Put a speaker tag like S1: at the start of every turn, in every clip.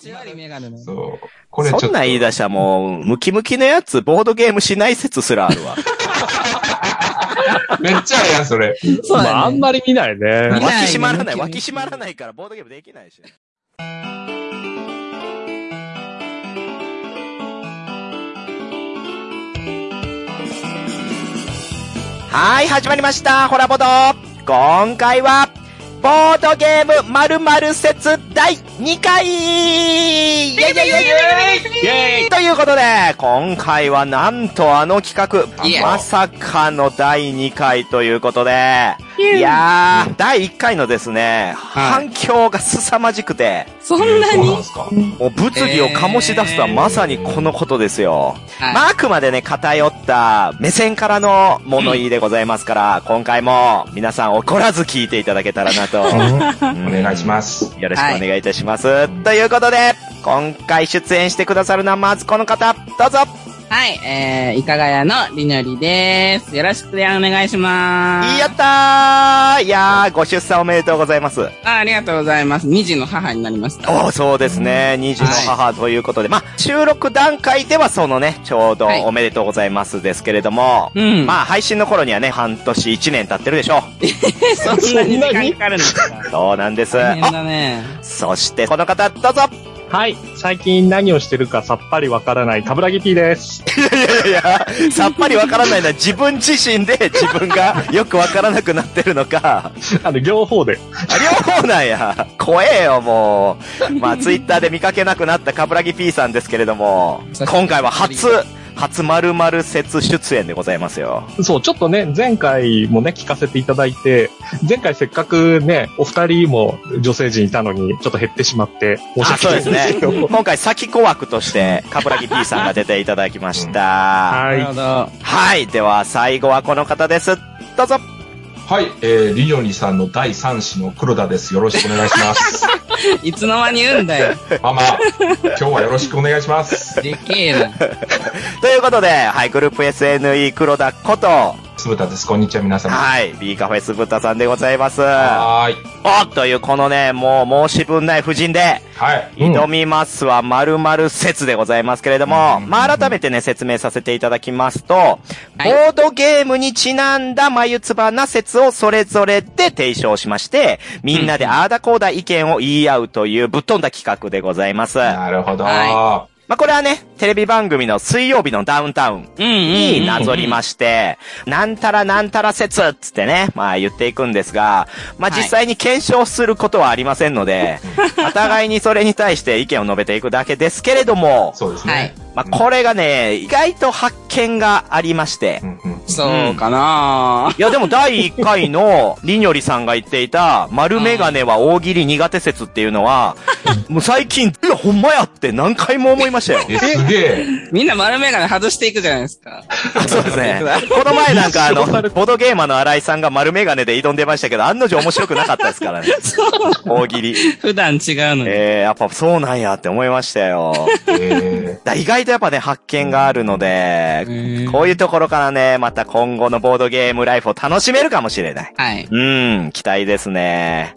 S1: ち悪いメガネの。
S2: そう。これちょっと。
S3: そんなん言い出したらもう、ムキムキのやつ、ボードゲームしない説すらある わ。
S2: めっちゃええやん、それ。
S1: そう
S4: まあ、あ
S1: だ
S4: ん
S1: ね。
S4: まり見ない
S3: 湧
S4: ね
S1: 見。ない
S3: き締まらない、
S1: ね
S3: 湧き締まらないから、ボードゲームできないし。はい、始まりました、ホラボド今回は、ボードゲーム〇〇説第2回イェイイェイイェイ
S4: イェイ
S3: ということで、今回はなんとあの企画、
S1: いや
S3: まさかの第2回ということで、いやー、第1回のですね、
S2: はい
S3: 反響が凄まじくて、
S1: そんな
S2: そう
S1: に
S2: なんすか。
S3: もう物議を醸し出すのは
S1: えー
S3: まさにこのことですよ。
S1: はい
S3: まあ、あくまでね、偏った目線からの物言いでございますから、今回も皆さん怒らず聞いていただけたらなと。
S2: お願いします。
S3: よろしくお願いいたします。ということで、今回出演してくださるのはまずこの方、どうぞ
S1: はい、えー、いかがやのりのりです。よろしくお願いします。
S3: やったーいやー、ご出産おめでとうございます。
S1: あありがとうございます。二児の母になりました。
S3: おーそうですね。二児の母ということで、まあ、収録段階ではそのね、ちょうど
S1: はい
S3: おめでとうございますですけれども、
S1: うん。
S3: まあ、配信の頃にはね、半年一年経ってるでしょ
S1: そんなに時間かかるんですか
S3: う。そうなんです。
S1: 大変
S3: あ
S1: だね。
S3: そして、この方、どうぞ
S4: はい。最近何をしてるかさっぱりわからない、タブラギ P です。
S3: いやいやいや、さっぱりわからないのは自分自身で自分がよくわからなくなってるのか、
S4: あの、両方で。
S3: あ両方なんや。怖えよ、もう。まあ、ツイッターで見かけなくなったカブラギ P さんですけれども、今回は初、初〇〇節出演でございますよ。
S4: そう、ちょっとね、前回もね、聞かせていただいて、前回せっかくね、お二人も女性陣いたのに、ちょっと減ってしまって、申し訳ない
S3: あそうです
S4: けど。
S3: 今回先子枠として、カブラギ P さんが出ていただきました。
S4: は
S1: なる
S4: い。
S1: ほど。
S3: はい、では最後はこの方です。どうぞ。
S2: はい、えー、リオニさんの第3子の黒田です。よろしくお願いします。
S1: いつの間に産んだよ。
S2: ママ、今日はよろしくお願いします。
S1: でけえな。
S3: ということで、はい、グループ SNE 黒田こと、は
S2: つぶたです。こんにちは、皆様。
S3: い、B カフェスブタさんでございます。
S2: はーい。
S3: おというこのね、もう申し分ない夫人で、
S2: はい。
S4: うん
S3: 挑みますは〇〇説でございますけれども、
S2: うん
S3: まあ改めてね、説明させていただきますと、ボードゲームにちなんだ眉唾な説をそれぞれで提唱しまして、みんなであーだこーだ意見を言い合うというぶっ飛んだ企画でございます。ま
S2: なるほど。
S1: は
S3: あこれはね、テレビ番組の水曜日のダウンタウン
S1: うんうん。
S3: になぞりまして、なんたらなんたら説っつってね、まあ言っていくんですが、まあ
S1: はい
S3: 実際に検証することはありませんので、お互いにそれに対して意見を述べていくだけですけれども、
S2: そうです
S1: は
S2: ね
S1: い。
S3: まあこれがね、意外と発見がありまして
S2: う、んうん
S1: そうかない
S3: やでも第1回のりにょりさんが言っていた丸メガネは大喜利苦手説っていうのは、もう最近、いやほんまやって何回も思いましたよ。
S2: え、すげえ。
S1: みんな丸メガネ外していくじゃないですか。
S3: そうで すね。この前なんかあの、
S4: 一緒されて
S3: ボードゲーマーの新井さんが丸メガネで挑んでましたけど、案の定面白くなかったですからね。大喜利。
S1: 普段違うのに。
S3: えー、やっぱそうなんやって思いましたよ。
S2: え
S3: だ意外とやっぱね、発見があるので、
S1: うん
S3: こういうところからね、また今後のボードゲームライフを楽しめるかもしれない。
S1: はい。
S3: うん、期待ですね。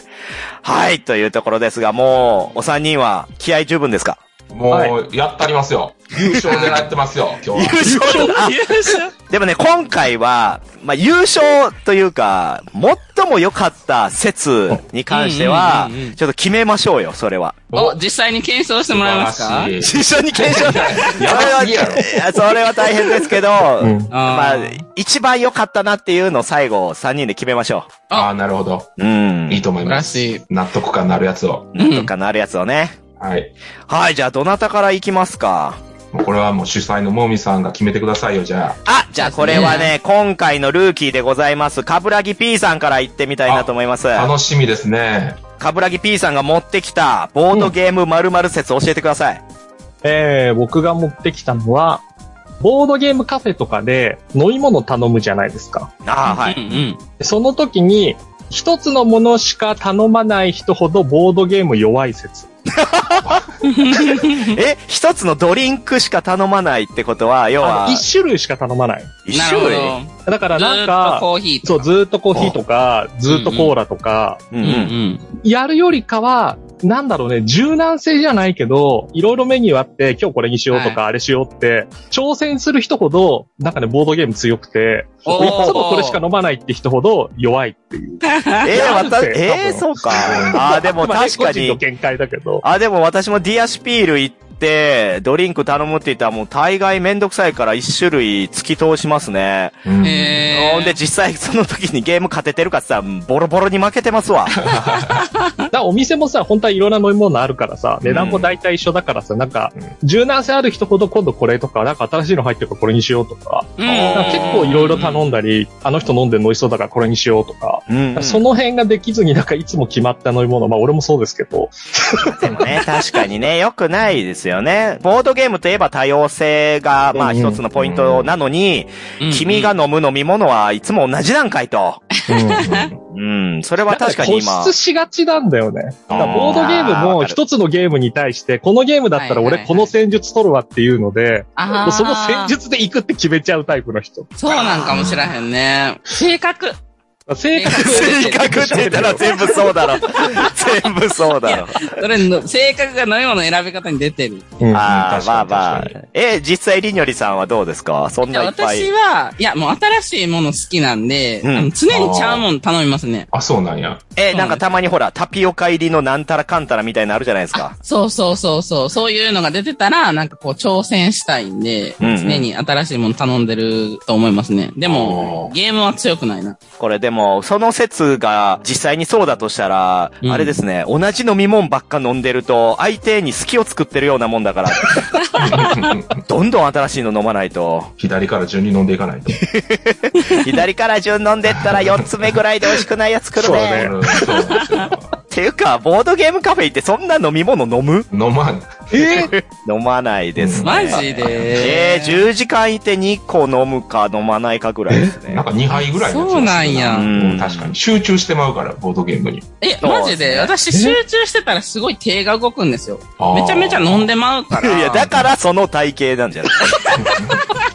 S3: はい、というところですが、もう、お三人は気合十分ですか
S2: ー、もう、やったりますよ。優勝狙ってますよ、今日は。
S3: 優勝だでもね、今回は、まあ、優勝というか、最も良かった説に関しては
S1: うんうんうんうん、
S3: ちょっと決めましょうよ、それは。
S1: お、実際に検証してもらえますか
S2: 素晴らしい
S3: 一緒に検証
S2: やばすぎやろ
S3: それはいやそれは大変ですけど、
S4: うん。
S3: まあ
S1: あー、
S3: 一番良かったなっていうのを最後、三人で決めましょ
S2: ああ、なるほど。
S3: う。うん。
S2: いいと思いま
S1: 素晴ら
S2: す。納得感のあるやつを。
S3: なんとかなるやつをね。
S2: はい。
S3: はい、じゃあ、どなたから行きますか
S2: もうこれはもう主催のもみさんが決めてくださいよ、じゃ
S3: あ、じゃあこれはね、今回のルーキーでございます、カブラギ P さんから行ってみたいなと思います。
S2: あ。楽しみですね。
S3: カブラギ P さんが持ってきた、ボードゲーム〇〇説教えてください。
S4: えー、僕が持ってきたのは、ボードゲームカフェとかで飲み物頼むじゃないですか。
S3: ああ、は
S1: う
S3: い。
S1: んうん。
S4: その時に、一つのものしか頼まない人ほどボードゲーム弱い説。
S3: え、一つのドリンクしか頼まないってことは、要
S4: あ
S3: は
S4: の、、一種類しか頼まない。
S3: 一
S1: な
S3: 種
S1: るほど。
S3: 類
S4: だから
S1: ずー
S4: なん
S1: っと
S4: か、
S1: コーヒー
S4: そ
S1: と
S4: う、ずーっとコーヒーとか、ずーっとコーラとか、
S3: う
S1: う
S3: んうん。
S1: うんん。
S4: やるよりかは、なんだろうね、柔軟性じゃないけど、いろいろメニューあって、今日これにしようとか、あれしようって、挑戦する人ほど、なんかね、ボードゲーム強くて、いつ
S1: おー
S4: もこれしか飲まないって人ほど弱いっていう。
S3: えー、
S4: なん
S3: 私、
S4: て
S3: え
S4: 多
S3: ー、
S4: 分
S3: そうか。あ ー、でも
S4: まあね
S3: 確か
S4: 個人の
S3: に。
S4: 見解だけど。
S3: あ、でも私もディアシュピール行って、ドリンク頼むって言ったらもう大概めんどくさいから一種類突き通しますね。
S2: うん
S1: え
S3: ほんで実際その時にゲーム勝ててるかさ、ボロボロに負けてますわ。
S4: だからお店もさ、本当はいろんな飲み物あるからさ、値段も大体一緒だからさ、なんか、柔軟性ある人ほど今度これとか、なんか新しいの入ってるからこれにしようとか、
S1: うん
S4: だから結構いろいろ頼んだり、あの人飲んでるの美味しそうだからこれにしようとか、
S3: うんうん。
S4: その辺ができずになんかいつも決まった飲み物、まあ俺もそうですけど、
S3: でもね、確かにね、良くないですよね。ボードゲームといえば多様性が、まあ
S4: うんうん
S3: 一つのポイントなのに、
S1: うん
S3: 君が飲む飲み物はいつも同じなんかいと。うん、それは確かに
S4: なん
S3: 今
S4: 固執。しがちなんだよね。だからボードゲーム
S3: あーわ
S4: も
S3: かる
S4: 一つのゲームに対して、このゲームだったら
S1: はいはいは
S4: 俺
S1: い
S4: この戦術取るわっていうので、
S1: あー
S4: その戦術で行くって決めちゃうタイプの人。
S1: そうなんかもしらへんね。性格。い
S4: 性格
S3: 性格って言ったら全部そうだろ。 全部そうだろ
S1: や。、それの、性格が飲み物選び方に出てる。
S4: うん
S3: ああ、
S2: 確
S3: ま
S2: か
S3: あ
S2: に
S3: まあ。え、実際りにょりさんはどうですかそん
S1: い
S3: な
S1: や、
S3: いっぱい。
S1: 私は、いや、もう新しいもの好きなんで、
S3: うん
S1: あの常にちゃうもん頼みますね。
S2: あ、そうな んや。
S3: え、なんかたまにほら、タピオカ入りのなんたらかんたらみたいなのあるじゃないですか。
S1: そうそうそうそう。そういうのが出てたら、なんかこう挑戦したいんで、
S3: うんうん
S1: 常に新しいもの頼んでると思いますね。でも
S2: あ、ー
S1: ゲームは強くないな。
S3: これでも、その説が実際にそうだとしたら、
S1: うん
S3: あれですね、同じ飲み物ばっか飲んでると、相手に隙を作ってるようなもんだから、どんどん新しいの飲まないと。
S2: 左から順に飲んでいかないと。
S3: 左から順飲んでったら4つ目ぐらいで美味しくないやつ来る
S4: そう
S3: ね。
S4: だね
S2: うんそうなんですよ
S3: っていうか、ボードゲームカフェ行ってそんな飲み物飲む
S2: 飲まん。
S4: えー
S3: 飲まないですね。
S1: マジで。
S3: えー、10時間いて2個飲むか飲まないかぐらいですね
S2: なん。か2杯ぐらいの気がす
S1: そう
S2: る
S1: なんや
S2: うん確かに。集中してまうから、ボードゲームに。
S1: え、
S3: そう
S1: マジ
S3: ですね
S1: で私集中してたらすごい手が動くんですよ。
S2: あー
S1: めちゃめちゃ飲んでまうか
S3: い
S1: ら。
S3: や、だからその体型なん じゃない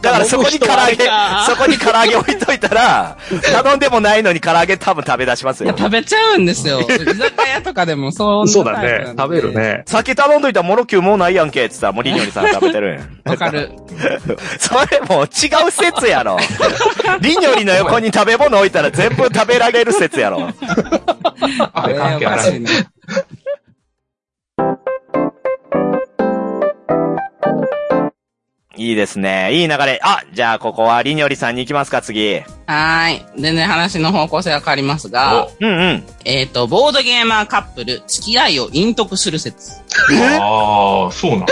S3: だからそこに唐揚げ
S1: 飲む人は、
S3: そこに唐揚げ置いといたら、頼んでもないのに唐揚げ多分食べ出します
S1: いや
S3: よ。
S1: 食べちゃうんですよ。居酒屋とかでもそん な
S4: そうだ
S1: タイプ
S4: ね。
S1: なん
S4: 食べ
S1: で
S4: る。ね。
S3: 酒頼んどいたらもろきゅうもうないやんけって言ったら、もうりにょりさん食べ てるんや
S1: わかる。
S3: それもう違う説や ろ。りにょりの横に食べ物置いたら全部食べられる説やろ。
S2: あれ関係
S1: えーお
S2: あら
S1: かしい
S2: ん。
S1: な
S3: いいですね。いい流れ。あ、じゃあここはりにょりさんに行きますか、次。
S1: はーい。全然話の方向性は変わりますが、
S3: うんうん。
S1: えっ、と、ボードゲーマーカップル、付き合いを隠匿する説。
S2: ああ、そうなん。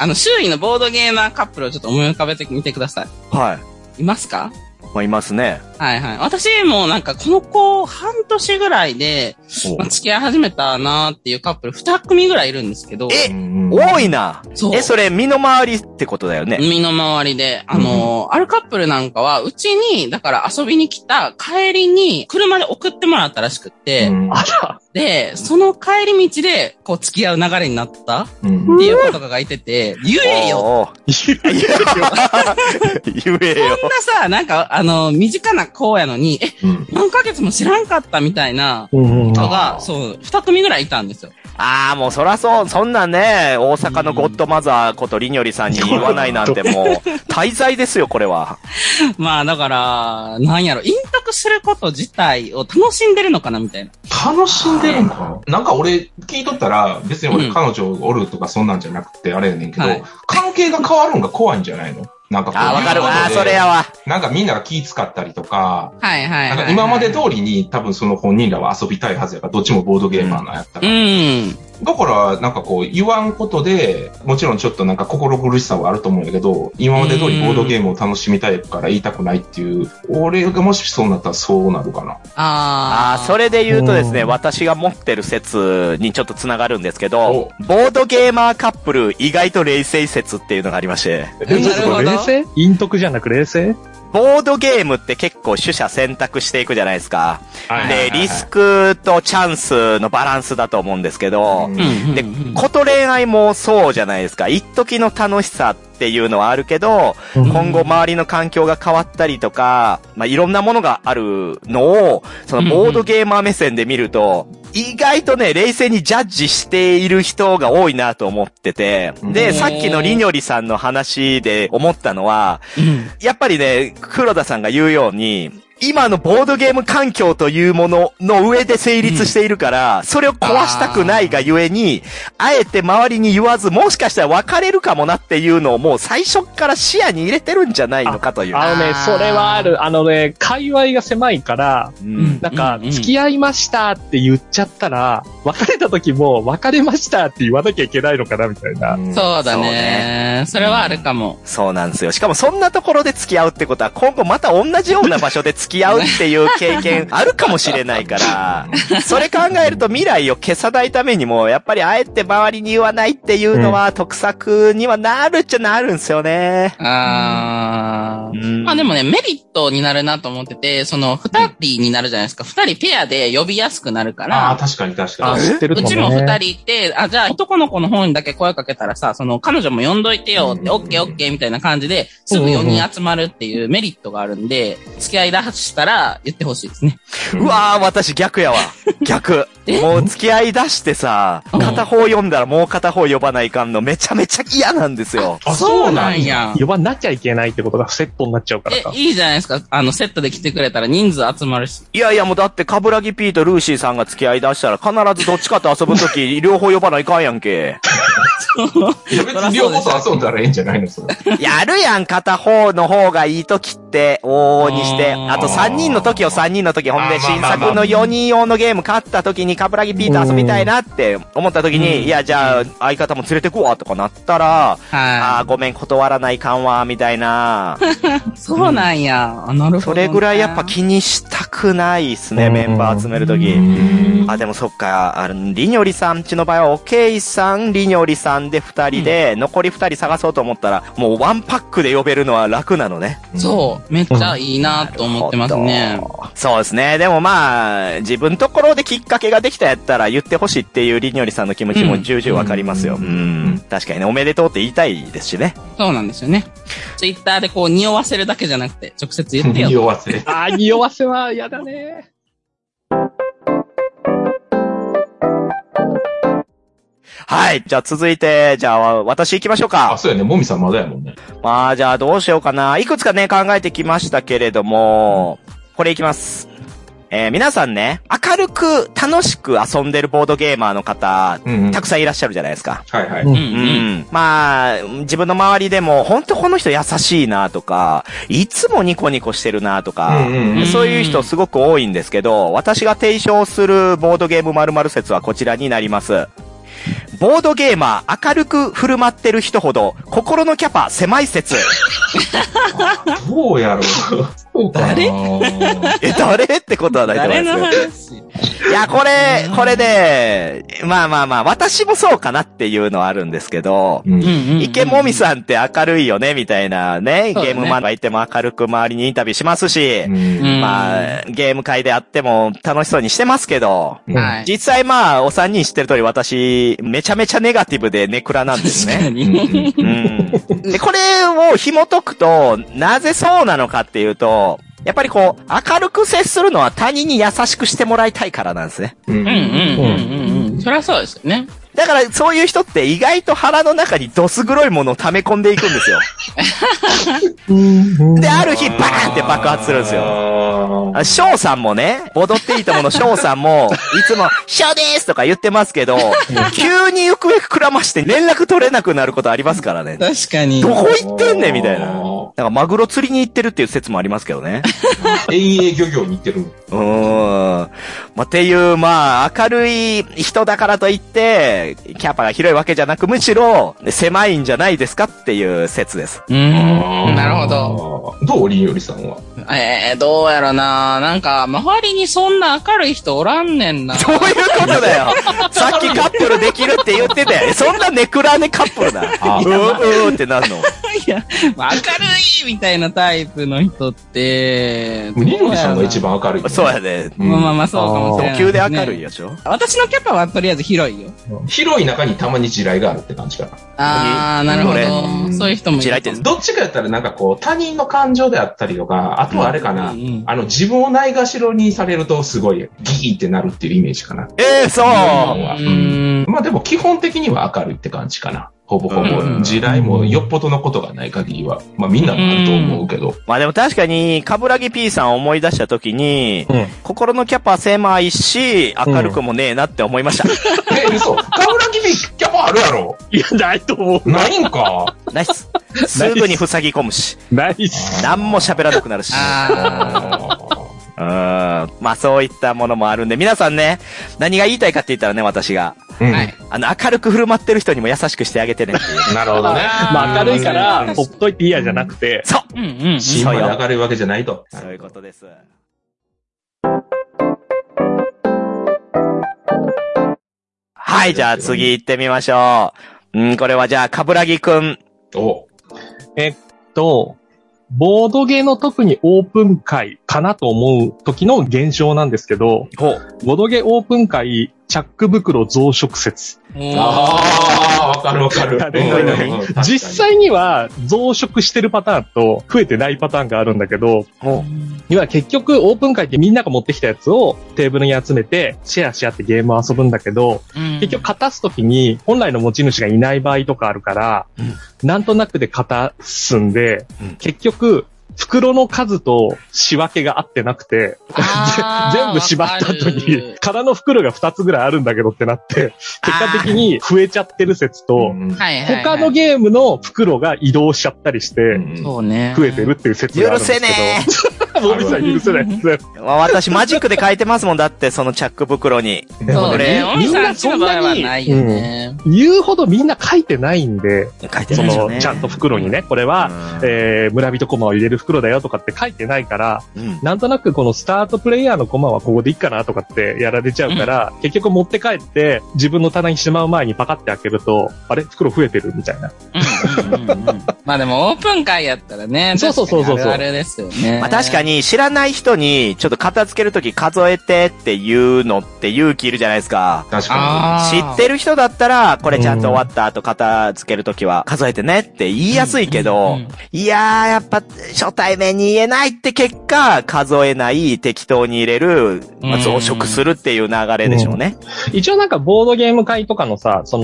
S1: あの、周囲のボードゲーマーカップルをちょっと思い浮かべてみてくださ
S3: はい。
S1: い。いますか
S3: まあ、いますね。
S1: はいはい。私もなんか、この子、半年ぐらいで、まあ、付き合い始めたなーっていうカップル、二組ぐらいいるんですけど、
S3: え
S2: うん
S3: 多いな。
S1: そう
S3: え、それ、身の回りってことだよね。
S1: 身の回りで、あのーあるカップルなんかは、うちに、だから遊びに来た帰りに、車で送ってもらったらしくって、
S2: うん
S4: あら、
S1: で、その帰り道で、こう、付き合う流れになったっ
S2: うん
S1: ていうことがいてて、言えよ
S3: おー
S4: 言うよ
S3: 言えよ。
S1: そんなさ、なんか、あの、身近な子やのに、え、
S2: うん
S1: 何ヶ月も知らんかったみたいな
S4: うん
S1: 人
S2: あ
S1: が、そう、二組ぐらいいたんですよ。
S3: ああ、もうそらそう、そんなんね、大阪のゴッドマザーことりにょりさんに言わないなんてもう、滞在ですよ、これは。
S1: まあ、だから、なんやろ、隠匿すること自体を楽しんでるのかな、みたいな。
S2: 楽しんでるんかななんか俺、聞いとったら、別に
S1: う
S2: 俺
S1: ん
S2: 彼女おるとかそんなんじゃなくて、あれやねんけど
S1: はい、
S2: 関係が変わるんが怖いんじゃないのなんかこう
S3: ああ、わかるわ。あー
S2: 言うこ
S3: そ
S2: とで
S3: れやわ。
S2: なんかみんなが気使ったりとか、
S1: はいはいは
S2: なん
S1: い、
S2: か今まで通りに多分その本人らは遊びたいはずやから、どっちもボードゲーマーなんやった
S1: う
S2: ら。
S1: ん。
S2: だから、なんかこう、言わんことで、もちろんちょっとなんか心苦しさはあると思うんやけど、今まで通りボードゲームを楽しみたいから言いたくないっていう、俺がもしそうなったらそうなるかな。
S1: あ
S3: あ
S1: ー。
S3: あ、それで言うとですね、
S4: うん
S3: 私が持ってる説にちょっと繋がるんですけ
S2: お
S3: ど、ボードゲーマーカップル意外と冷静説っていうのがありまして、
S4: えちょっと冷静陰徳じゃなく冷静
S3: ボードゲームって結構取捨選択していくじゃないですか。で、リス
S2: ク
S3: クとチャンスのバランスだと思うんですけど、
S1: うんうん
S3: で
S1: うん、
S3: こと恋愛もそうじゃないですか。一時の楽しさっていうのはあるけど、
S4: うん
S3: 今後周りの環境が変わったりとか、まあ、いろんなものがあるのを、そのボードゲーマー目線で見ると、意外とね、冷静にジャッジしている人が多いなと思ってて、
S1: う
S3: で、
S1: ん
S3: さっきのりにょりさんの話で思ったのは、
S1: うん。
S3: やっぱりね、黒田さんが言うように、今のボードゲーム環境というものの上で成立しているから、それを壊したくないがゆえに、あえて周りに言わず、もしかしたら別れるかもなっていうのをもう最初から視野に入れてるんじゃないのかという。
S4: あのね、それはある。あのね、界隈が狭いから、
S3: う
S1: うん
S3: ん
S4: なんか
S1: うんう、ん
S4: 付き合いましたって言っちゃったら、別れた時も、別れましたって言わなきゃいけないのかな、みたいな。
S2: ん
S1: そうだ
S3: そう
S1: ね。それはあるかも。
S3: そうなんですよ。しかもそんなところで付き合うってことは、今後また同じような場所で付き合うっていう経験あるかもしれないから、それ考えると未来を消さないためにも、やっぱりあえて周りに言わないっていうのは、得策にはなるっちゃなるんですよね。
S1: あー。
S3: うん
S1: まあでもね、メリットになるなと思ってて、その、二人になるじゃないですか。二人ペアで呼びやすくなるか
S2: ああ、
S1: ら、
S2: 確かに確か
S4: あ、
S2: に。
S4: 知ってるか
S1: う
S4: もね。
S1: ちも二人いて、あ、じゃあ男の子の方にだけ声かけたらさ、その彼女も呼んどいてよって、
S2: うん
S1: オッケーオッケーみたいな感じで、すぐ4人集まるっていうメリットがあるんで、付き合いだしたら言ってほしいですね。
S3: うわー、私 逆やわ。逆。
S1: え
S3: もう付き合い出してさ、
S1: うん
S3: 片方読んだらもう片方呼ばないかんのめちゃめちゃ嫌なんですよ。
S2: あそうなんや。
S1: や。
S4: 呼ばなきゃいけないってことがセットになっちゃうから
S1: え
S4: さ、。
S1: いいじゃないですか。あの、セットで来てくれたら人数集まるし。
S3: いやいや、もうだって、カブラギ P とルーシーさんが付き合い出したら、必ずどっちかと遊ぶと き、両方呼ばないかんやんけ。
S2: いや別に両方と遊んだらいいんじゃないのそれ。
S3: やるやん、片方の方がいいときって、往々にして。
S1: あー
S3: あと3人の時を3人の時、ほん
S2: あ
S3: で
S2: ーまあ
S3: 新
S2: まあまあ
S3: 作の4人用のゲーム勝った時に、カブラギ P と遊びたいなって思った時
S1: うん
S3: に、いや、じゃあ、相方も連れてこわ、とかなったら、あ
S1: は
S3: ーごめん、断らないかんわ、みたいな。
S1: い。そうなんや。あ、なるほど、ね。
S3: それぐらいやっぱ気にしたくないっすね、
S4: うん
S3: メンバー集めるとき。あ、でもそっか、あの、りにょりさんちの場合は、おけいさん、りにょりさんで二人で、残り二人探そうと思ったら、もうワンパックで呼べるのは楽なのね。
S1: そう。めっちゃいいなと思ってますね。
S3: ほっと。そうですね。でもまあ、自分ところできっかけができたやったら言ってほしいっていうりにょりさんの気持ちも重々わかりますよ。う
S2: うんん。
S3: 確かにね、おめでとうって言いたいですしね。
S1: そうなんですよね。ツイッターでこう匂わせるだけじゃなくて、直接言ってよ。
S2: 匂わせ。
S4: あー、匂わせは嫌だね。
S3: はい。じゃあ続いて、じゃあ私行きましょうか
S2: あ、。そうやね。もみさんまだやもんね。
S3: まあ、じゃあどうしようかな。いくつかね、考えてきましたけれども、これいきます。えー皆さんね、明るく楽しく遊んでるボードゲーマーの方、
S2: うんうん。
S3: たくさんいらっしゃるじゃないですか。
S2: はいは
S4: う
S2: い。
S1: うんん
S4: う
S1: う。
S3: うんん。まあ、自分の周りでも、ほんとこの人優しいなとか、いつもニコニコしてるなとか、
S2: うんうんうん
S3: そういう人すごく多いんですけど、私が提唱するボードゲーム〇〇説はこちらになります。ボードゲーマー明るく振る舞ってる人ほど、心のキャパ狭い説。
S2: どうやろう。そうかな。
S1: 誰
S3: え、誰ってことはないと思い
S1: 誰の
S3: ますよ。
S1: 話
S3: いや、これ、これで、まあまあまあ、私もそうかなっていうのはあるんですけど、
S2: うん
S3: 池もみ
S1: ん。
S3: さんって明るいよね、みたいなね、
S1: そうだ
S3: ゲ
S1: ね
S3: ームマンがいても明るく周りにインタビューしますし
S2: う、ん。
S3: まあ、ゲーム会であっても楽しそうにしてますけど、
S1: はい。
S3: 実際まあ、お三人知ってる通り私、めちゃめちゃネガティブでネクラなんです ね。
S1: 確か
S2: うんう
S1: に。
S2: ん
S3: うんで、これを紐解くと、なぜそうなのかっていうと、やっぱりこう、明るく接するのは他人に優しくしてもらいたいからなんですね。
S2: うん
S1: うんうんうんうんうん。そりゃそうですよね。
S3: だから、そういう人って意外と腹の中にどす黒いものを溜め込んでいくんですよ。で、ある日、バーンって爆発するんですよ。
S2: よ
S3: あ翔さんもね、踊っていいともの翔さんも、いつも、翔ですとか言ってますけど、急に行方くらまして連絡取れなくなることありますからね。
S1: 確かに
S3: ど。こ行ってんねんみたいな。
S2: あ
S3: なんか、マグロ釣りに行ってるっていう説もありますけどね。
S2: 遠泳漁業に行ってる。
S3: うーん。まあ、っていう、まあ、明るい人だからといって、キャパが広いわけじゃなく、むしろ、狭いんじゃないですかっていう説です。
S1: うん。なるほど。
S2: ど。どうりんよりさんは。
S1: えー、どうやろな。なんか、周りにそんな明るい人おらんねんな。
S3: そういうことだよさっきカップルできるって言ってたよ。そんなネクラネカップルだ。う
S2: あ
S3: ーうーってなんの。
S1: いや、明るいみたいなタイプの人って、
S2: ニノリさんが一
S1: 番。
S2: 番明るい。
S3: そうやね。
S2: うん
S1: まあまあまあそうかもしれ
S3: 呼
S1: ない、
S3: 吸で明るい。やしょ。
S1: 私のキャパはとりあえず広いよ。
S2: 広い中にたまに地雷があるって感じかな。
S1: あー、なるほ
S2: これ
S1: ど。そういう人もいる。
S3: 地雷って
S2: どっちかやったらなんかこう、他人の感情であったりとか、あとはあれかな
S1: うんうん。
S2: あの、自分をないがしろにされるとすごいギーってなるっていうイメージかな。
S3: ええそう
S1: う
S2: あ
S1: ーん。
S2: まあでも基本的には明るいって感じかな。ほぼほぼ
S1: うん。
S2: 地雷もよっぽどのことがない限りは。まあみんなもあると思うけど。
S3: まあでも確かに、カブラギ P さんを思い出したときに、
S4: うん
S3: 心のキャパ狭いし、明るくもねえなって思いました。
S2: え、嘘。カブラギビキャパあるやろ
S4: いや、ないと思
S2: ないんか。
S3: ナイス。すぐに塞ぎ込むし、
S4: う。ないっす。
S3: 何も喋らなくなるし。
S1: あ
S3: うん。まあそういったものもあるんで、皆さんね、何が言いたいかって言ったらね、私が。
S2: う
S1: ー。
S2: ん
S1: は。い。
S3: あの、明るく振る舞ってる人にも優しくしてあげ てねっていう。
S2: なるほどね。
S4: まあ、明るいか
S1: う
S4: ら、
S1: ん
S4: ほっといていいやじゃなくて、
S3: そう
S1: うんうん。
S2: 心配で明るいわけじゃないと。
S3: そういうことです。はい、じゃあ次行ってみましょう。うん、これはじゃあ、かぶらぎくん。
S2: お
S4: と、ボードゲーの特にオープン会かなと思う時の現象なんですけど、
S3: ほう。
S4: ボードゲーオープン会、チャック袋増殖説。
S1: おー
S2: ああ、わかるわかる
S4: わか。る実際には増殖してるパターンと増えてないパターンがあるんだけど、
S3: ほ
S4: 要は結局オープン会ってみんなが持ってきたやつをテーブルに集めてシェアし合ってゲームを遊ぶんだけど、
S1: うん
S4: 結局勝たすときに本来の持ち主がいない場合とかあるから、なんとなくで勝たすんで、
S3: うん
S4: 結局袋の数と仕分けが合ってなくて、
S1: あ ー
S4: 全部縛った後
S1: わかる
S4: に、空の袋が2つぐらいあるんだけどってなって、結果的に増えちゃってる説と、
S1: はいはいはい。
S4: 他のゲームの袋が移動しちゃったりして、
S1: そうね。
S4: 増えてるっていう説
S3: う。
S4: があ
S3: 許
S4: るんです
S3: せ
S4: けど。
S3: ね
S4: もみさん許せないですね。
S3: え。わ私、マジックで書いてますもん。だって、そのチャック袋に。
S1: そうね。
S4: みんな
S1: お兄さの場合はないよね。
S4: 言うほどみんな書いてないんで、
S3: 書いて
S4: そ
S3: ないですよ
S4: の、
S3: ね。
S4: ちゃんと袋にね、これは、えー、村人コマを入れる袋だよとかって書いてないから、
S3: うん。
S4: なんとなくこのスタートプレイヤーのコマはここでいいかなとかってやられちゃうから、結局持って帰って自分の棚にしまう前にパカって開けると、あれ袋増えてるみたいな。
S1: うんうんうんうんまあでもオープン会やったらね。
S4: そうそうそうそう
S1: 確かにあるあれですよね。
S3: まあ確か
S1: に。
S3: に知らない人にちょっと片付けるとき数えてっていうのって勇気いるじゃないですか。
S2: 確か
S1: あ
S3: 知
S1: あ。
S3: ってる人だったら、これちゃんと終わった後片付けるときは数えてねって言いやすいけど、
S1: うんうん
S3: いやーやっぱ初対面に言えないって結果、数えない適当に入れる、まあ
S1: うん
S3: 増殖するっていう流れでしょうね。
S4: 一応なんかボードゲーム会とかのさ、そ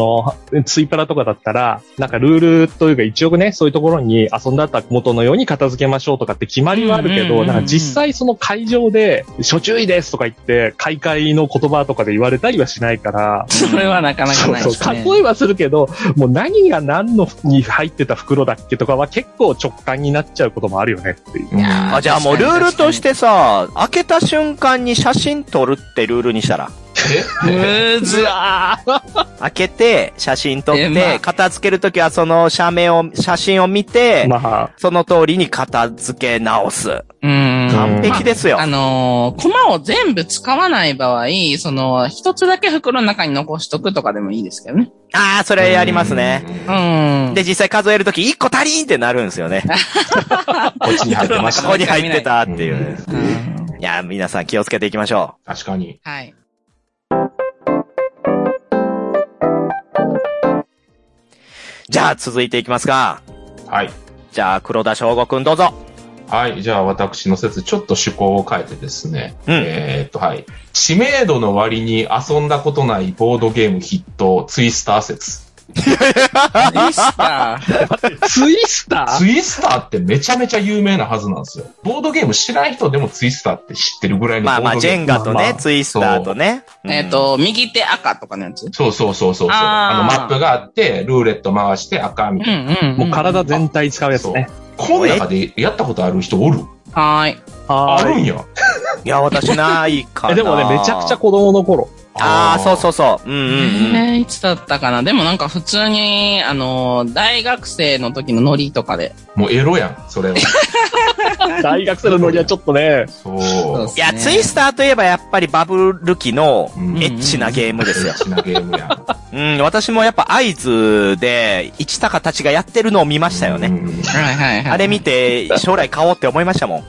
S4: の、ツイパラとかだったら、なんかルールというか一応ね、そういうところに遊んだった元のように片付けましょうとかって決まりはあるけ
S1: うんうんうんう
S4: ど、
S1: ん
S4: なんか実際その会場で、諸注意ですとか言って、開会の言葉とかで言われたりはしないから、
S1: それはなかなか
S4: そう
S1: ない
S4: そ
S1: で
S4: う、
S1: すね。
S4: 例えばするけど、もう何が何のに入ってた袋だっけとかは結構直感になっちゃうこともあるよねっていう。
S2: に。
S3: あ、じゃあもうルールとしてさ、開けた瞬間に写真撮るってルールにしたら。
S1: むず
S4: わ
S3: 開けて、写真撮っ
S1: えま
S3: て
S1: あ、
S3: 片付けるときはその写メを、写真を見て、
S4: まあ、
S3: その通りに片付け直す。
S1: うん。
S3: 完璧ですよ
S1: あ。のー、コマを全部使わない場合、その、一つだけ袋の中に残しとくとかでもいいですけどね。
S3: ああ、それやりますね。
S1: うん。
S3: で、、実際数えるとき1個足りんってなるんですよね。
S2: こっちに入ってまし
S3: こ
S2: た
S3: こ
S2: ね。
S3: に入ってたっていうね。
S1: うん、
S3: いやー、皆さん気をつけていきましょ
S2: 確かに。
S1: はい。
S3: う。じゃあ、続いていきますか。
S2: はい。
S3: じゃあ、黒田翔吾くんどうぞ。
S2: はい。じゃあ私の説、ちょっと趣向を変えてですね。
S3: うん
S2: えーっと、はい。知名度の割に遊んだことないボードゲーム筆頭、ツイスター説。
S1: で した。
S4: ツイスター
S2: ツイスターってめちゃめちゃ有名なはずなんですよ。ボードゲーム知らない人でもツイスターって知ってるぐらいのボ
S3: ま
S2: ー
S3: あ
S2: ドゲーム。
S3: まあ、ジェンガと
S4: まあま
S3: ね
S4: あ、
S3: ツイスターとね。うん
S1: えっ、。と、右手赤とかのやつ。うん
S2: そうそうそうそうそう。
S1: あー
S2: あの、マップがあって、ルーレット回して赤みたいな。
S1: うん、うん。
S4: もう体全体使うやつね。
S2: この中でやったことある人おる
S1: はーい。
S4: は
S2: あ
S4: ーい
S2: るんや。
S3: いや、私ないか
S4: え
S3: な。
S4: でもね、めちゃくちゃ子供の頃。
S3: ああ、そうそうそう。うんうんうん。
S1: えーいつだったかなでもなんか普通に、あのー、大学生の時のノリとかで。
S2: もうエロやん、それは。
S4: 大学生のノリはちょっとね、
S2: そう。
S1: そう
S3: いや、ツイスターといえばやっぱりバブル期の
S2: うん
S3: エッチなゲームですよ
S2: エッ。チなゲームや。
S3: うん、私もやっぱ合図で、市高たちがやってるのを見ま したよ
S2: う
S3: ね。
S2: ん
S1: はいはいはい。
S3: あれ見て、将来買おうって思いましたもん。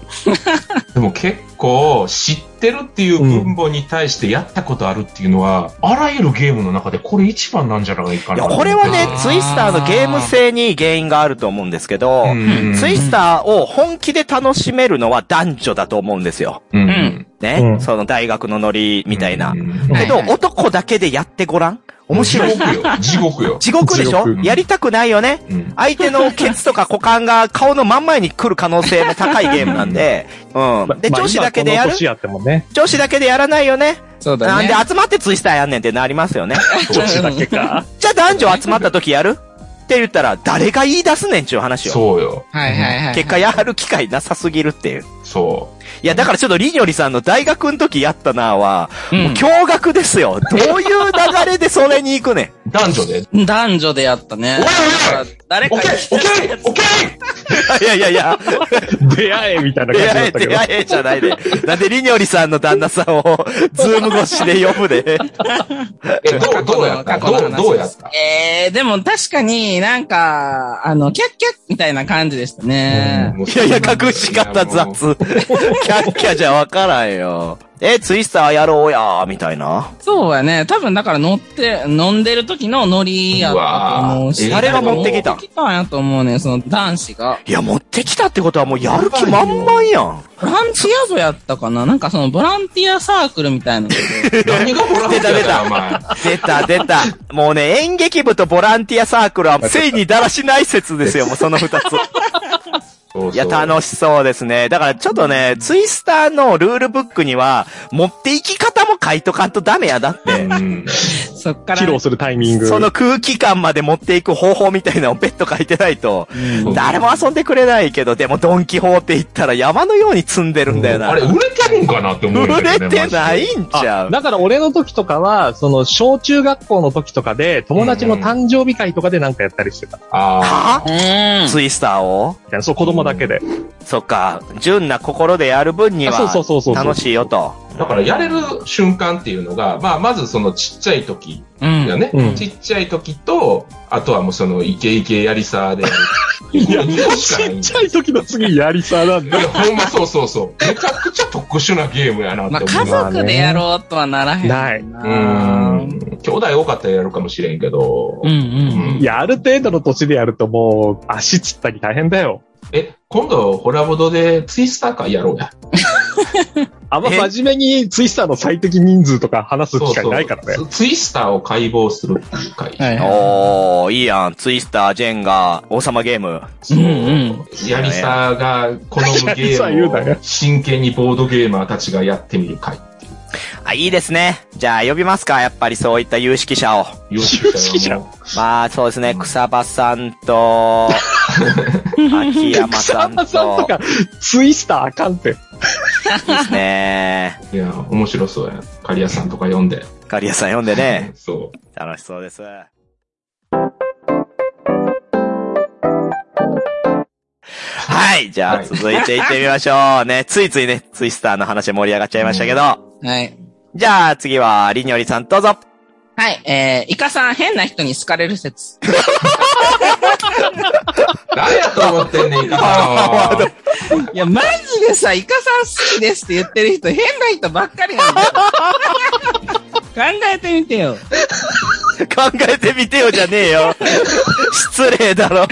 S2: でも結構、知ってるっていう分母に対してやったことあるっていうのは、あらゆるゲームの中でこれ一番なんじゃないか
S3: い
S2: な。
S3: や、これはね
S1: あ、ー
S3: ツイスターのゲーム性に原因があると思うんですけど、
S2: うん、
S3: ツイスターを本気で楽しめるのは男女だと思うんですよ。
S2: うん
S1: ん
S3: ね、
S4: うん
S3: その大学のノリみたいな。
S2: うん
S1: はい
S3: けど、
S1: はい
S3: 男だけでやってごらん面白い。
S2: 地獄よ。地獄よ。
S3: 地獄でしょ
S2: 地獄
S3: やりたくないよね
S2: うん
S3: 相手のケツとか股間が顔の真ん前に来る可能性も高いゲームなんで、 うん。で、
S4: まあ
S3: 女子だけで
S4: 今
S3: や
S4: この
S3: る
S4: 年やってもね、
S3: 女子だけでやらないよね
S1: そうだ
S3: なん
S1: ね。
S3: で集まってツイスターやんねんってなります よね。
S2: そう
S4: 女子だけか。
S3: じゃあ男女集まった時やるって言ったら、誰が言い出すねんちゅう話よ。
S2: そうよ。
S1: はいはいはい。
S3: 結果やる機会なさすぎるっていう。
S2: そ
S3: いや、だからちょっとりにょりさんの大学の時やったなぁは、
S1: うん
S3: もう驚愕です よ。どういう流れでそれに行くねん。
S2: う。男女で。
S1: 男女でやったね。
S2: おいおいお
S1: 誰か
S2: オッケーオッケーオッケ
S3: いやいやいや、
S4: 出会えみたいな
S3: 出
S4: 感じだ
S3: 会
S4: っ
S3: え、
S4: たけ
S3: 出
S4: ど。
S3: 会えじゃないで。なんでりにょりさんの旦那さんを、ズーム越しで呼ぶで。
S2: ーえ、どう、どうやった
S1: 過去の
S2: どう、
S1: 話
S2: どうやった
S1: えー、でも確かになんか、あの、キャッキャッみたいな感じでしたね。
S2: もう
S3: いやいや、隠し方雑。
S2: いやもう。
S3: キャッキャじゃわからんよ。え、ツイスターやろうやー、みたいな。
S1: そうやね。多分だから乗って、飲んでる時のノリやったと思うし。
S2: うわー誰が持
S3: ってきた
S1: 持ってきたんやと思うね。その男子が。
S3: いや、持ってきたってことはもうやる気満々やん。
S1: ボランティア部やったかななんかそのボランティアサークルみたいなので。
S2: 何がボランティア
S3: 出た
S2: だよ、お前。
S3: 出た、出た。もうね、演劇部とボランティアサークルは、ついにだらしない説ですよ、 もうその二つ。
S2: そうそう
S3: いや、楽しそうですね。だからちょっとね、ツイスターのルールブックには、持っていき方も書いとかんとダメやだって。
S2: うん
S1: そっから。
S4: 披露するタイミング。
S3: その空気感まで持っていく方法みたいなのを別途書いてないと、誰も遊んでくれないけど、でもドンキホーって言ったら山のように積んでるんだよな。
S2: あれ、売れてるんかなって思う
S3: 売
S2: んだけどね。
S3: れてないんちゃ
S4: あ
S3: う
S4: だから俺の時とかは、その、小中学校の時とかで、友達の誕生日会とかでなんかやったりしてた。
S2: あ
S3: は
S1: うーん。
S3: ツイスターを
S4: みたいなそう、子供だけで。
S3: そっか、純な心でやる分に
S4: あそうそう
S3: は、
S4: そうそう。
S3: 楽しいよと。
S2: あ。だから、やれる瞬間っていうのが、まあ、まずそのちっちゃい時
S1: うん。
S2: だね
S4: う。ん
S2: ちっちゃい時と、あとはもうその、イケイケやりさでやる。
S4: いや、
S2: この二個しかない
S4: ちっちゃい時の次やりさなん
S2: い
S4: だ。
S2: や、ほんまそうそうそう。めちゃくちゃ特殊なゲームやな
S1: まあ、
S2: って
S1: 家
S2: 思う。
S1: 族でやろうとはならへん。
S4: ない
S2: うん。兄弟多かったらやるかもしれんけど
S1: うんう。ん。
S4: いや、ある程度の年でやるともう、足つったり大変だよ。
S2: え、今度、ホラボドでツイスター会やろうや。
S4: あんま
S3: え
S4: 真面目にツイスターの最適人数とか話す機会ないからね。
S2: ツツイスターを解剖するっていう会。
S1: はいはい。
S3: おー、いいやん。ツイスター、ジェンガー、王様ゲーム。
S2: そう
S1: うんうん
S2: やりさが好むゲ
S4: やりさ言うな
S2: ームを
S4: よ
S2: 真剣にボードゲーマーたちがやってみる会。
S3: あ、いいですね。じゃあ、呼びますか。やっぱりそういった有識者を。
S2: 有
S4: 識者
S2: も
S3: まあ、そうですね。草場さん と、秋山
S4: 草
S3: さん
S4: 間さんと
S3: と、
S4: か、ツイスターあかんって。
S3: いいですね。
S2: いや、面白そうや。カリアさんとか読んで。
S3: カリアさん読んでね。
S2: そ
S3: 楽しそうです。はい。じゃ
S2: は
S3: あ、
S2: い
S3: 続いていってみましょう。ね、ついついね、ツイスターの話盛り上がっちゃいましたけど。
S1: はい。
S3: じゃあ、次は、りにょりさんどうぞ。
S1: はい、えー、イカさん変な人に好かれる説。
S2: う。誰やと思ってん ねん、イカさんを
S1: いや、マジでさ、イカさん好きですって言ってる人、変な人ばっかりなんだよ。考えてみてよ。
S3: 考えてみてよじゃねえ よ。失礼だろ。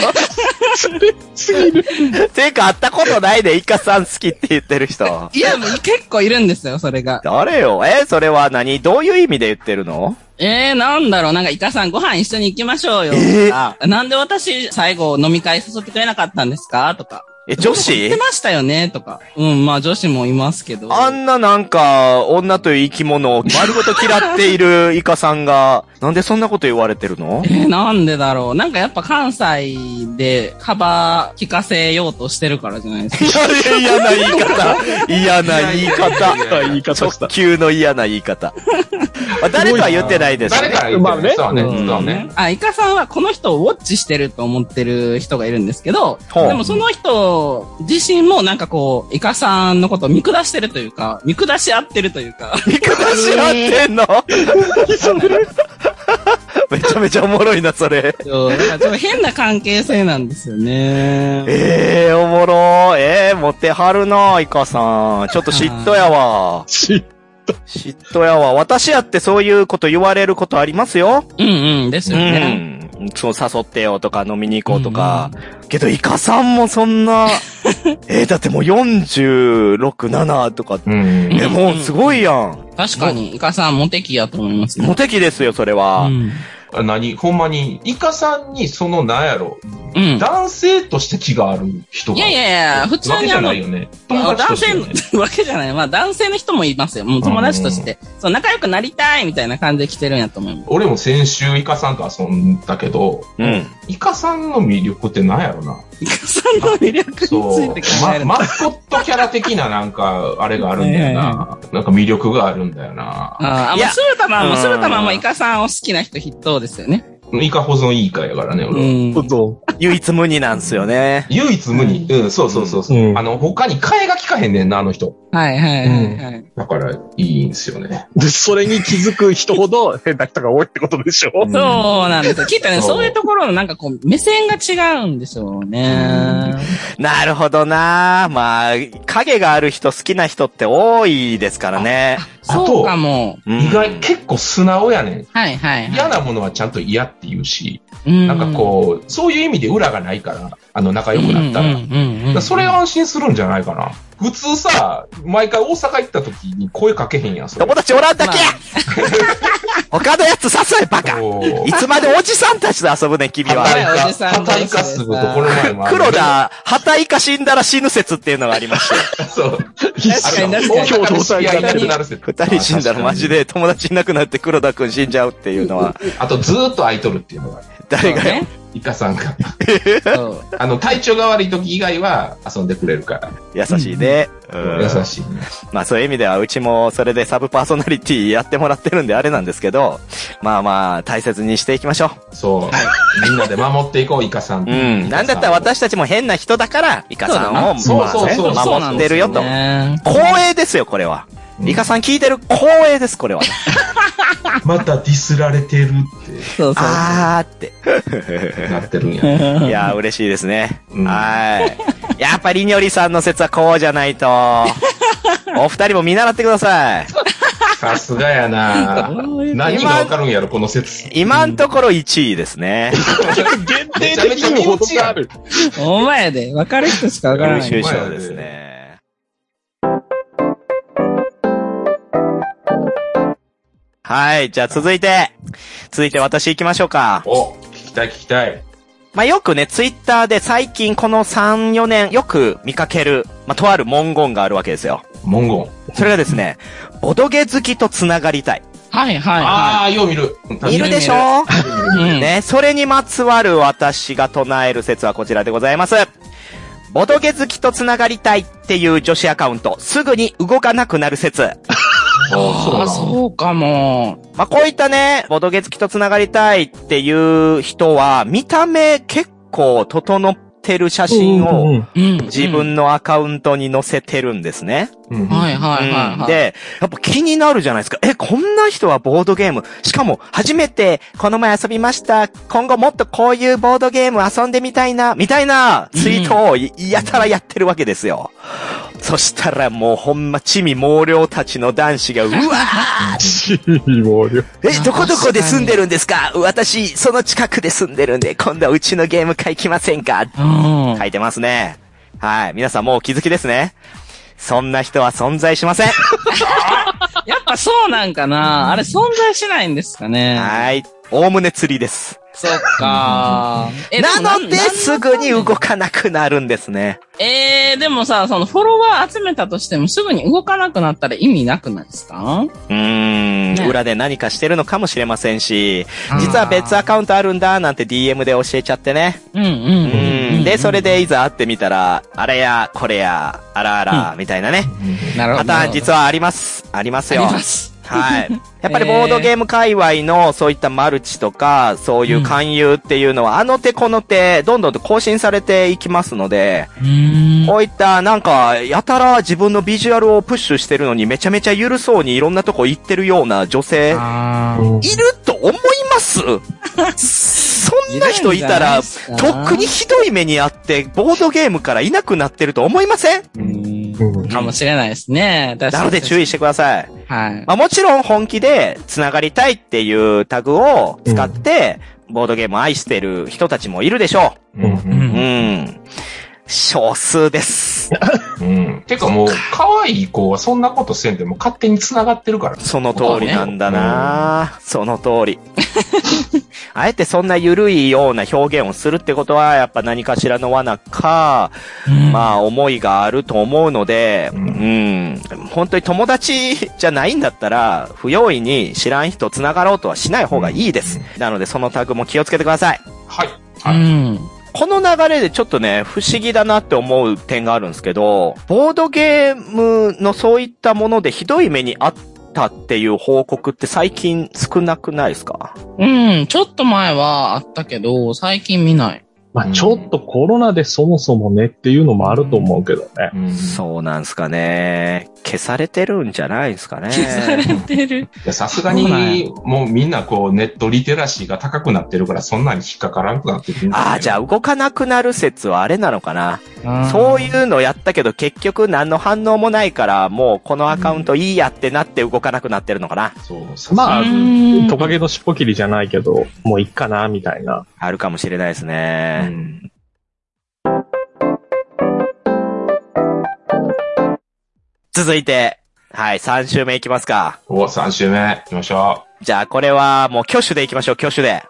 S3: てか、会ったことないで、イカさん好きって言ってる人。
S1: いや、もう結構いるんですよ、それが。
S3: 誰よえ、それは何どういう意味で言ってるの
S1: えー、なんだろう、なんかイカさんご飯一緒に行きましょうよ。
S3: えー
S1: あなんで私、最後飲み会誘ってくれなかったんですかとか。
S3: え、女
S1: 言って
S3: 子
S1: ましたよねとか。うん、まあ女子もいますけど。
S3: あんななんか、女という生き物を丸ごと嫌っているイカさんが、なんでそんなこと言われてるの
S1: えーなんでだろう。なんかやっぱ関西で幅利かせようとしてるからじゃないですか。
S3: いや嫌な言い方。嫌な言い方。
S4: 言い方した
S3: 直。球の嫌な言い方。 まあ誰とは言ってないです
S2: 誰
S3: ね。
S2: から言ってるそうね。
S3: うん
S2: そうね。
S1: あ、イカさんはこの人をウォッチしてると思ってる人がいるんですけど、
S3: ほう
S1: でもその人人自身もなんかこう、イカさんのことを見下してるというか、見下し合ってるというか、
S3: 見下し合って んのめちゃめちゃおもろいな、それ。
S1: そうなんかちょっと変な関係性なんですよね。
S3: ええおもろー。ええモテはるな、イカさん。ちょっと嫉妬やわ。
S4: し、
S3: 嫉妬やわ。私やってそういうこと言われることありますよ。
S1: うんうん、です
S3: う
S1: よね。
S3: ん。そう、誘ってよとか飲みに行こうとか。けど、イカさんもそんな、えー、だってもう46、7とか、
S2: うん
S3: え、もうすごいやん。
S1: 確かに、イカさんモテ期やと思います
S3: モ
S1: ね。
S3: テ期ですよ、それは。
S1: うん。
S2: 何ほんまに、イカさんにそのなんやろ、
S1: うん。
S2: 男性として気がある人が。
S1: いやいやいや、普通
S2: わけ
S1: に
S2: じ
S1: あ
S2: ゃ
S1: の
S2: な、いよね。友達と
S1: 男
S2: して
S1: 性
S2: よね。
S1: の、わけじゃない。まあ男性の人もいますよ。もう友達として。そう、仲良くなりたいみたいな感じで来てるんやと思います。
S2: 俺も先週イカさんと遊んだけど、
S3: うん。
S2: イカさんの魅力って何やろな。
S1: イカさんの魅力につ
S2: そう
S1: いて考える。と
S2: まマスコットキャラ的ななんか、あれがあるんだよ
S1: はい
S2: な。なんか魅力があるんだよな。
S1: ああ、も
S3: い
S1: う
S3: や
S1: スルタマン
S3: う
S1: も、
S3: ん
S1: スルタマンもイカさんを好きな人筆頭ですよね。
S2: イカ保存いいかやからね、
S1: う
S2: 俺は。
S1: ん。
S4: ほぞ。
S3: 唯一無二なんすよね。
S2: 唯一無二。うん、そうそうそうそう、
S4: うん
S2: あの、他に替えが効かへんねんな、あの人。
S1: はいはいはいはい。
S2: だから、いいんすよね。
S4: で、それに気づく人ほど変な人が多いってことでしょ
S3: うん
S1: そうなんですよ。きっとね、
S2: そう
S1: そういうところのなんかこう、目線が違うんでしょうね。
S3: なるほどなまあ、影がある人、好きな人って多いですからね。
S2: あ
S1: そうかも。
S3: うん
S2: 意外、結構素直やね
S1: はいはい
S2: ん。
S1: は
S2: 嫌なものはちゃんと嫌って言うし、
S1: い。な
S2: なんかこう、そういう意味で裏がないから、あの、仲良くなったら。
S1: うんうんうん
S2: だ
S1: う
S2: から
S1: ん。
S2: それ安心するんじゃないかな。普通さ、毎回大阪行った時に声かけへんやん、それ
S3: 友。達おらんだけや 他のやつ誘え、バ カ
S2: そう
S3: いつまでおじさんたちと遊ぶねん、君
S2: は
S3: は。
S2: たい
S1: お
S2: か、
S1: じさん
S2: は
S1: の
S2: たいかすぐとこの前もある
S3: 黒。田、はたいか死んだら死ぬ説っていうのがありまして。
S2: そう。
S1: 確かに確かに
S2: あの大阪の知り合いがいなくなるせ
S3: 二人死んだらマジ。で友達いなくなって黒田くん死んじゃうっていうの は、
S2: あとずーっと会いとるっていうのが、
S3: 誰が、
S1: ね。
S2: イカさんが。
S1: そう
S2: あの、体調が悪い時以外は遊んでくれるから。
S3: 優しい ね。うん
S2: 優しいね。
S3: まあそういう意味では、うちもそれでサブパーソナリティやってもらってるんであれなんですけど、まあまあ大切にしていきましょ
S2: そう。みんなで守っていこう、イカさん。
S3: う。うん。なんだったら私たちも変な人だから、イカさんを、まあ
S2: そうだなそうそうそう
S3: ね
S2: そう
S3: 守ってるよと。
S1: ね
S3: 光栄ですよ、これは。
S2: うん
S3: イカさん聞いてる光栄です、これは。
S2: またディスられてるっ
S1: そうそう。
S3: あーって。
S2: てなってるんや。
S3: いやー、嬉しいですね。
S2: うん
S3: はい。やっぱりにょりさんの説はこうじゃないと。 お二人も見習ってください。
S2: さすがや な何がわかるんやろ、この説。
S3: 今んところ1位ですね。
S4: 限定的にも程がある。
S1: お前で、分かる人しか分から
S3: 優
S1: ない。
S3: 秀賞ですね。はい。じゃあ続いて。続いて私行きましょうか。
S2: お、聞きたい聞きたい。
S3: まあ、よくね、ツイッターで最近この3、4年よく見かける、まあ、とある文言があるわけですよ。
S2: 文言。
S3: それがですね、ボドゲ好きと繋がりたい。
S1: はいはいは
S2: ああ、よう見る。
S3: いるでしょ
S1: い。うん
S3: ね、それにまつわる私が唱える説はこちらでございます。ボドゲ好きと繋がりたいっていう女子アカウント、すぐに動かなくなる説。
S1: ああ、
S2: あそう
S1: そうかも。
S3: まあ、こういったね、ボドゲ好きと繋がりたいっていう人は、見た目結構整ってる写真を
S1: うん。
S3: 自分のアカウントに載せてるんですね。
S2: なんだ。
S1: はいはいはい、
S3: う
S1: は
S3: ん
S1: い。、
S3: で、やっぱ気になるじゃないですか。え、こんな人はボードゲーム。しかも、初めて、この前遊びました。今後もっとこういうボードゲーム遊んでみたいな、みたいなツイートをいやたらやってるわけですよ。そしたらもうほんま、地味猛量たちの男子が、うわー
S4: 地位暴力。
S3: え、どこどこで住んでるんですか私、その近くで住んでるんで、今度はうちのゲーム会来ませんか
S1: うん。
S3: 書いてますね。はい。皆さんもうお気づきですね。そんな人は存在しません。
S1: やっぱそうなんかなあれ存在しないんですかね
S3: はい。おおむね釣りです。
S1: そっかえ
S3: なので、すぐに動
S1: く。
S3: かなくなるんですね。
S1: えー、でもさ、そのフォロワー集めたとしてもすぐに動かなくなったら意味なくないですか
S3: うーん。
S1: ね
S3: 裏で何かしてるのかもしれませんし、
S1: あー
S3: 実は別アカウントあるんだ、なんて DM で教えちゃってね。
S1: うんうん
S3: う
S1: うん
S3: ん。。で、それでいざ会ってみたら、あれや、これや、あらあら、みたいなね。
S1: なるほ
S3: パ
S1: ど。
S3: ターン実はあります。あります
S1: あり
S3: よ。
S1: ます。
S3: はい。やっぱりボードゲーム界隈のそういったマルチとか、そういう勧誘っていうのは、あの手この手、どんどんと更新されていきますので、
S1: うーん。
S3: こういったなんか、やたら自分のビジュアルをプッシュしてるのにめちゃめちゃ緩そうにいろんなとこ行ってるような女性、い
S1: あ
S4: うん
S3: ると思いますそんな人いたら、とっくにひどい目にあって、ボードゲームからいなくなってると思いません
S1: に
S4: うん
S1: かもしれないですね。確か
S3: な
S1: に
S3: ので注意してください。
S1: はい。
S3: まあもちろん本気で繋がりたいっていうタグを使って、ボードゲームを愛してる人たちもいるでしょ
S2: うんうん
S3: う。うん。少数です。
S2: うん。てかもう、可愛い子はそんなことせんでも勝手に繋がってるから。
S3: その通りなんだなその通り。 あえてそんな緩いような表現をするってことは、やっぱ何かしらの罠か、まあ思いがあると思うので、う、
S2: うん
S3: 本当に友達じゃないんだったら、不用意に知らん人繋がろうとはしない方がいいです。なのでそのタグも気をつけてください。
S2: はい。
S1: う
S2: はい。
S1: ん。
S3: この流れでちょっとね、不思議だなって思う点があるんですけど、ボードゲームのそういったものでひどい目にあったっていう報告って最近少なくないですか
S1: うん。ちょっと前はあったけど、最近見ない。
S4: まあ、ちょっとコロナでそもそもねっていうのもあると思うけどね。
S2: うん
S3: そうなんですかね。消されてるんじゃないですかね。
S1: 消されてる。
S2: いやさすが
S1: そうなん
S2: に、もうみんなこう、ネットリテラシーが高くなってるから、そんなに引っかからなくなってくるんだよね
S3: ああ、じゃあ動かなくなる説はあれなのかな。そう
S1: う。
S3: いうのやったけど結局何の反応もないから、もうこのアカウントいいやってなって動かなくなってるのかな。
S2: そう、さす
S4: まあ
S2: がに
S1: うん
S4: トカゲの尻尾切りじゃないけど、もういっかな、みたい な。
S3: あるかもしれないです
S2: う
S3: ね。
S2: ん
S3: 続いて、はい、3週目いきますか。
S2: お、3週目、行きましょ
S3: じゃあ、これはもう挙手でいきましょう、挙手で。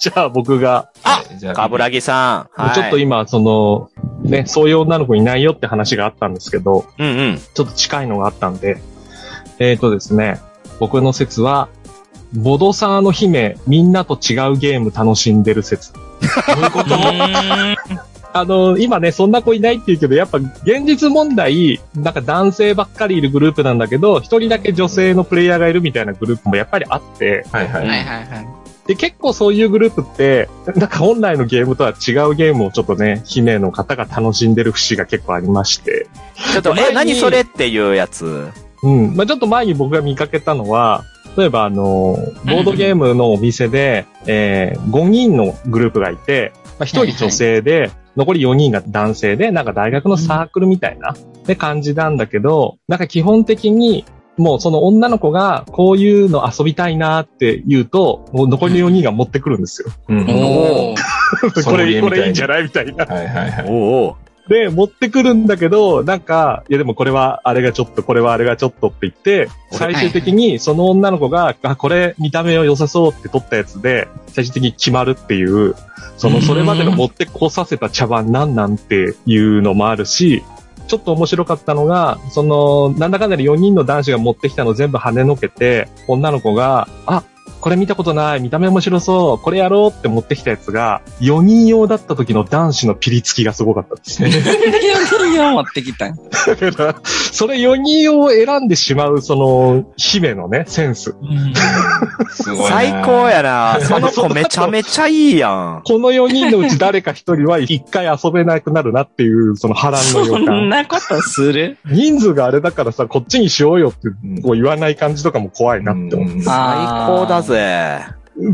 S4: じゃあ僕が、
S2: う。
S3: あ
S2: はいじゃ
S3: かぶらぎさん。はい。
S4: ちょっと今、その、ね、そういう女の子いないよって話があったんですけど、
S3: うんうん。
S4: ちょっと近いのがあったんで、えーとですね、僕の説は、ボドサーの姫、みんなと違うゲーム楽しんでる説。
S2: どうい うこと
S4: あの、今ね、そんな子いないって言うけど、やっぱ現実問題、なんか男性ばっかりいるグループなんだけど、一人だけ女性のプレイヤーがいるみたいなグループもやっぱりあって、
S2: はいは
S1: はいはい
S2: い。
S1: はい。
S4: で、結構そういうグループって、なんか本来のゲームとは違うゲームをちょっとね、姫の方が楽しんでる節が結構ありまして、
S3: ちょっと、
S4: 前
S3: え、
S4: に
S3: 何それっていうやつ。
S4: うん。まあ、ちょっと前に僕が見かけたのは、例えばあの、ボードゲームのお店で、えー、5人のグループがいて、まあ、1人女性で、残り4人が男性で、なんか大学のサークルみたいな、ね、感じなんだけど、なんか基本的に、もうその女の子がこういうの遊びたいなって言うと、もう残りの4人が持ってくるんですよ。
S2: うん
S1: おー。
S2: そ
S4: こ
S2: の家
S4: れ、
S2: み
S4: こ
S2: たいに
S4: れいいんじゃないみたいな。
S2: はいは いはい。
S3: おお。
S4: で、持ってくるんだけど、なんか、いやでもこれはあれがちょっと、これはあれがちょっとって言って、最終的にその女の子が、あ、これ見た目を良さそうって撮ったやつで、最終的に決まるっていう、その、それまでの持ってこさせた茶番なんなんていうのもあるし、ちょっと面白かったのが、その、なんだかんだで4人の男子が持ってきたのを全部跳ねのけて、女の子が、あ、これ見たことない、見た目面白そう、これやろうって持ってきたやつが、4人用だった時の男子のピリつきがすごかったですね。
S1: 持ってきた。
S4: だから、それ4人用を選んでしまう、その、姫のね、センス。
S2: すごい。
S3: 最高。やな。 その子めちゃめちゃいいやん。
S4: この4人のうち誰か1人は1回遊べなくなるなっていう、その波乱の
S1: そ
S4: 予
S1: ん
S4: 感。
S1: なことする
S4: 人数があれだからさ、こっちにしようよって
S2: うん
S4: こう言わない感じとかも怖いなって思う。
S2: うん
S3: 最高だぜ。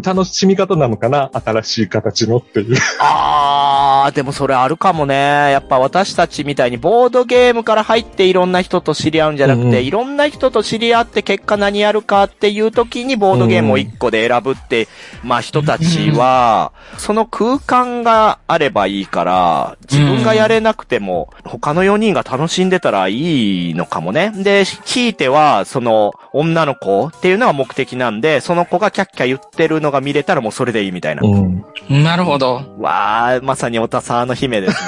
S4: 楽しみ方なのかな新しい形のっていう。
S3: あー、でもそれあるかもね。やっぱ私たちみたいにボードゲームから入っていろんな人と知り合うんじゃなく
S4: う
S3: て、
S4: んうん
S3: いろんな人と知り合って結果何やるかっていう時にボードゲームを一個で選ぶって、まあ人たちは、その空間があればいいから、自分がやれなくても、他の4人が楽しんでたらいいのかもね。で、ひいては、その女の子っていうのが目的なんで、その子がキャッキャ言ってるのが見れたらもうそれでいいみたいな。
S4: うん。
S1: なるほど。
S3: わー、まさにおたさの姫です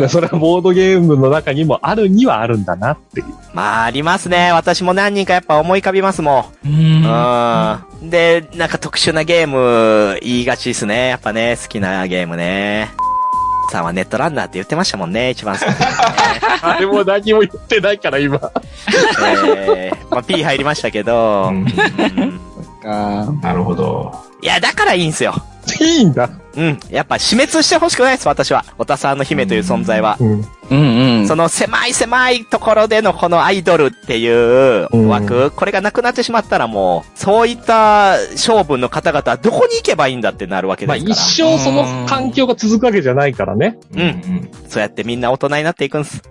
S3: ね。
S4: それはボードゲームの中にもあるにはあるんだなっていう。
S3: まあ、ありますね。私も何人かやっぱ思い浮かびますも
S1: う
S3: ん。
S1: ん
S3: うん。で、なんか特殊なゲーム言いがちですね。やっぱね、好きなゲームね。さんはネットランナーって言ってましたもんね、一番最初にね。
S4: あれも何も言ってないから今。
S3: えーまあ、P 入りましたけど、
S2: うん
S3: うん
S5: か。
S2: なるほど。
S3: いや、だからいいんすよ。
S4: いいんだ。
S3: うん。やっぱ死滅してほしくないです、私は。オタさんの姫という存在は。
S4: うん。
S5: うんうん。
S3: その狭い狭いところでのこのアイドルっていう枠、これがなくなってしまったらもう、そういった性分の方々はどこに行けばいいんだってなるわけ
S4: まあ
S3: ですか
S4: 一
S3: ら。
S4: 生その環境が続くわけじゃないからね。
S2: うん
S3: そうやってみんな大人になっていくんす。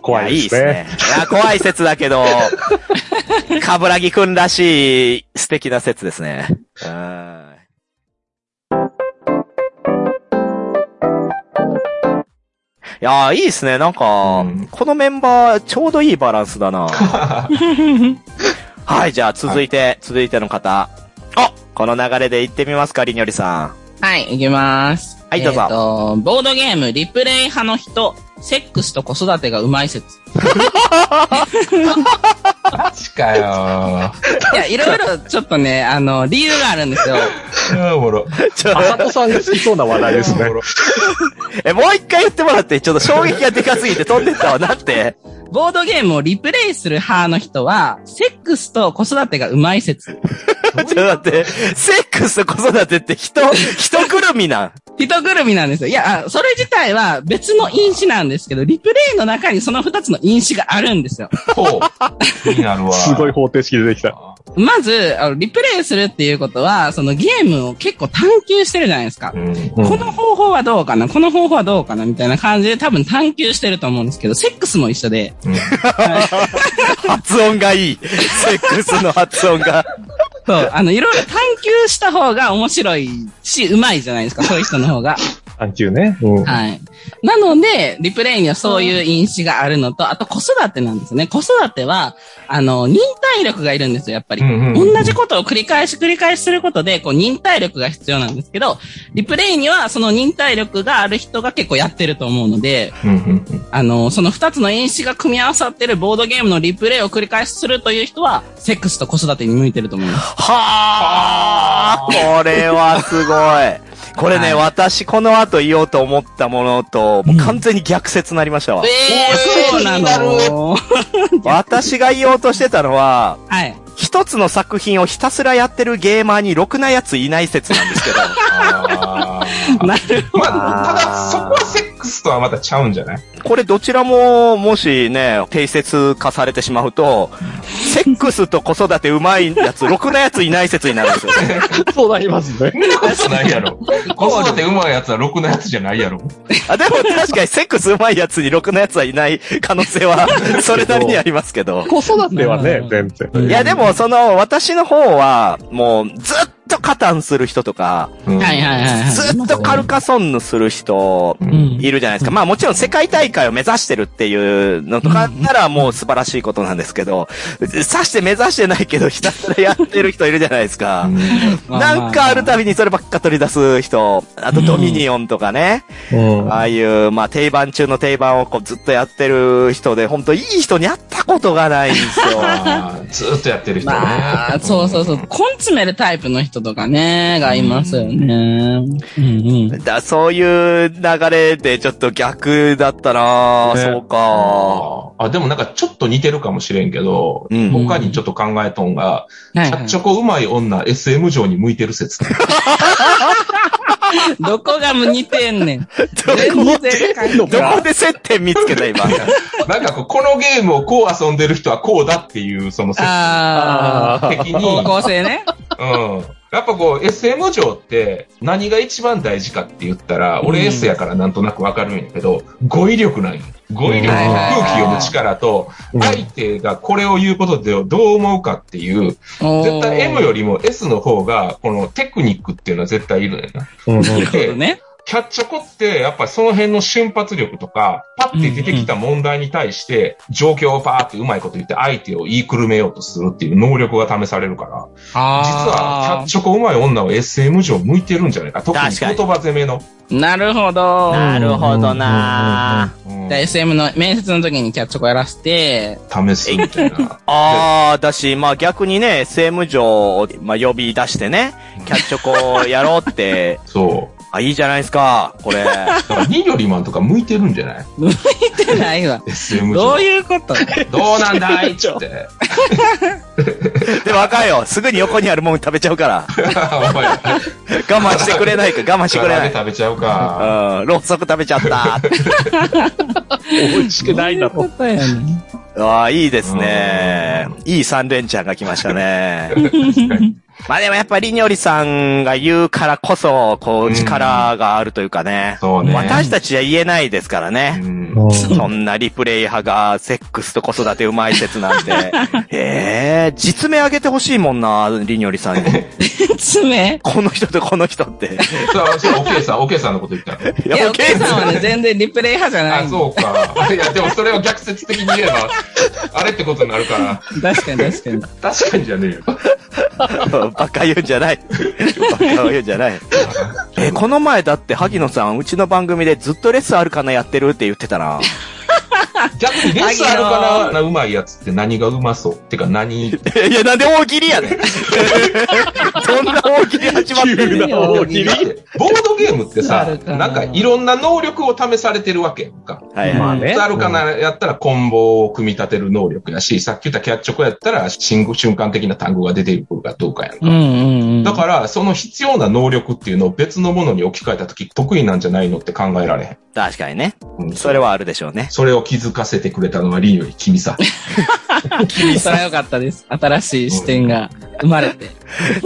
S4: 怖いですね。
S3: いや、いいですね。いや、怖い説だけど、かぶらぎくんらしい素敵な説ですね。うんいやー、いいですね。なんか、
S2: うん
S3: このメンバー、ちょうどいいバランスだな。はい、じゃあ続いて、続いての方。あこの流れで行ってみますか、りにょりさ
S1: はい、いきます。
S3: はいどうぞ
S1: えーと、ボードゲーム、リプレイ派の人、セックスと子育てがうまい 説。
S2: マジかよ
S1: いや、いろいろちょっとね、あの、理由があるんですよ。
S2: ー。おもろ。
S3: ん。ちょ、
S4: あさとさんが好きそうな話題ですね。
S3: え、もう一回言ってもらって、ちょっと衝撃がでかすぎて飛んでったわ。なんて。
S1: ボードゲームをリプレイする派の人は、セックスと子育てがうまい説。
S3: ちょっと待って、セックスと子育てって人、人くるみなん。
S1: 人ぐるみなんですよ。いや、あそれ自体は別の因子なんですけど、リプレイの中にその二つの因子があるんですよ。
S2: ほう。気になるわ。
S4: すごい方程式出てきた。
S1: まず、あのリプレイするっていうことは、そのゲームを結構探求してるじゃないですか
S2: う。ん。
S4: うん
S1: この方法はどうかなこの方法はどうかなみたいな感じで多分探求してると思うんですけど、セックスも一緒で、
S3: 発音がいい。セックスの発音が。
S1: そう、あの、いろいろ探求した方が面白いし、うまいじゃないですか、そういう人の方が。
S4: 探求ね。うん。
S1: はい。なので、リプレイにはそういう因子があるのと、あと子育てなんですね。子育ては、あの、忍耐力がいるんですよ、やっぱり。
S2: うんうんうん
S1: 同じことを繰り返し繰り返しすることで、こう、忍耐力が必要なんですけど、リプレイにはその忍耐力がある人が結構やってると思うので、
S2: うんうんうん
S1: あの、その二つの因子が組み合わさってるボードゲームのリプレイを繰り返しするという人は、セックスと子育てに向いてると思います。
S3: はあ、これはすごい。これね、
S1: は
S3: 私この後言おうと思ったものと、もう完全に逆説になりましたわ
S1: え。えそうなの
S3: 私が言おうとしてたのは、
S1: はい。
S3: 一つの作品をひたすらやってるゲーマーにろくなやついない説なんですけど。
S2: あー
S1: なる
S2: まあ、ただ、そこはセックスとはまたちゃうんじゃない
S3: これどちらも、もしね、定説化されてしまうと、セックスと子育てうまいやつ、ろくなやついない説になるんですよ。
S4: そうなりますね。
S2: ことないやろ。子育てうまいやつはろくなやつじゃないやろ。
S3: あでも確かにセックスうまいやつにろくなやつはいない可能性は、それなりにありますけど。
S4: 子育てはね、全
S1: うん
S4: 然。
S3: いやでも、その、私の方は、もう、ずっとカタンする人とか、
S2: うん
S1: はいはいはいはい。
S3: ずっとカルカソンヌする人、
S2: う
S1: うんん。
S3: いるじゃないですか。まあもちろん世界大会を目指してるっていうのとかならもう素晴らしいことなんですけど、さして目指してないけどひたすらやってる人いるじゃないですか。
S1: まあまあ
S3: なんかあるたびにそればっか取り出す人、あとドミニオンとかね、
S4: うん。
S3: ああいう、まあ定番中の定番をこうずっとやってる人で、ほんといい人に会ったことがないんです よ。
S2: あーずーっとやってる人ね。
S1: まあ、そうそうそう。根詰めるタイプの人とかね、がいますよね。うんうん。
S3: だそういう流れでちょっと逆だったなぁ、
S4: ね
S3: そうか
S2: あ、でもなんかちょっと似てるかもしれんけど、
S3: うん
S2: 他にちょっと考えとんが、
S1: は
S2: ち
S1: い
S2: ゃ
S1: は
S2: っちょこうまい女 SM 上に向いてる説。
S1: い。どこが似てんねん。
S3: ど
S1: 全
S3: こ
S1: 然関係ない
S3: どこで接点見つけた今。
S2: なんかこう、このゲームをこう遊んでる人はこうだっていう、その説
S1: あ
S4: あ
S2: 的
S1: あ、方
S2: に、
S1: 向性ね。
S2: うん。やっぱこう、SM 上って何が一番大事かって言ったら、
S1: う
S2: 俺
S1: ん
S2: S やからなんとなくわかるんやけど、語彙力なんや。語彙力の
S1: はいはいはい
S2: 空気読む力と、
S4: うん
S2: 相手がこれを言うことでどう思うかっていう、
S1: お
S2: 絶
S1: ー
S2: 対 M よりも S の方が、このテクニックっていうのは絶対いるんやな。
S4: うんうん
S1: なるほどね。
S2: キャッチョコって、やっぱりその辺の瞬発力とか、パッて出てきた問題に対して、状況をパーってうまいこと言って相手を言いくるめようとするっていう能力が試されるから、実はキャッチョコうまい女は SM 上向いてるんじゃないか。特に
S3: 確かに
S2: 言葉攻めの。
S1: なるほど。
S3: なるほどな
S2: うん
S1: で SM の面接の時にキャッチョコやらせて、
S2: 試すみたいな。
S3: ああ、だし、まあ逆にね、SM 上を、まあ呼び出してね、キャッチョコをやろうって
S2: そう。
S3: あ、いいじゃないですか、これ。
S2: だから、ニーよりマンとか向いてるんじゃない
S1: 見てないわ。
S2: ?SM
S1: どう
S2: う
S1: いうこと
S2: どうなんだいっつって。
S3: で、わかるよ。すぐに横にあるもん食べちゃうから。
S2: お前、
S3: 我慢してくれないか、我慢して
S2: 唐
S3: くれ
S2: 揚
S3: な
S2: げ
S3: い。
S2: 食べちゃうか。
S3: うん、ろうそく食べちゃった。
S4: 美味しくないだ
S1: どう
S4: と
S1: いう。ことやねん。
S3: ああ、いいですね。いい三連チャンが来ましたね。
S2: 確かに
S3: まあでもやっぱりにょりさんが言うからこそ、こ
S2: うん
S3: う、力があるというかね。
S2: そうね。
S3: 私たちは言えないですからね。
S2: うん
S3: そんなリプレイ派が、セックスと子育てうまい説なんて。 ええ実名あげてほしいもんな、りにょりさんに。
S1: 爪
S3: この人とこの人って。
S2: そう、そう、おけいさん、おけいさんのこと言ったの。
S3: い
S1: いや、お
S3: ケイ
S1: 母さんはね、全然リプレイ派じゃない
S2: あ、そうか。いや、でもそれを逆説的に言えば、あれってことになるから、
S1: 確かに確かに。
S2: 確かにじゃねえよ。
S3: バカ言うんじゃない。バカを言うんじゃない。え、この前だって、萩野さん、うちの番組でずっとレッスンあるかなやってるって言ってたな。
S2: 逆にレスあるかな、うまいやつって何がうまそうってか何、
S3: えいや、なんで大喜利やねん。 そんな大喜利始まって
S4: 急
S3: る
S4: な大喜利
S2: いやだってボードゲームって
S1: あ
S2: さ
S1: る、かな
S2: なんかいろんな能力を試されてるわけやんか。
S3: はい
S4: ま
S3: は
S4: あ
S3: い。
S4: ね。
S2: あるかなやったら、コンボを組み立てる能力やし、さっき言ったキャッチョコやったら、瞬瞬間的な単語が出てくるかどうかやん
S1: う
S2: か。
S1: んうんうん。
S2: だから、その必要な能力っていうのを別のものに置き換えたとき、得意なんじゃないのって考えられへん。
S3: 確かにね。
S2: うん
S3: それはあるでしょうね。
S2: それを気づかせてくれたのはリンより君さ。
S1: それは良かったです。新しい視点が生まれて。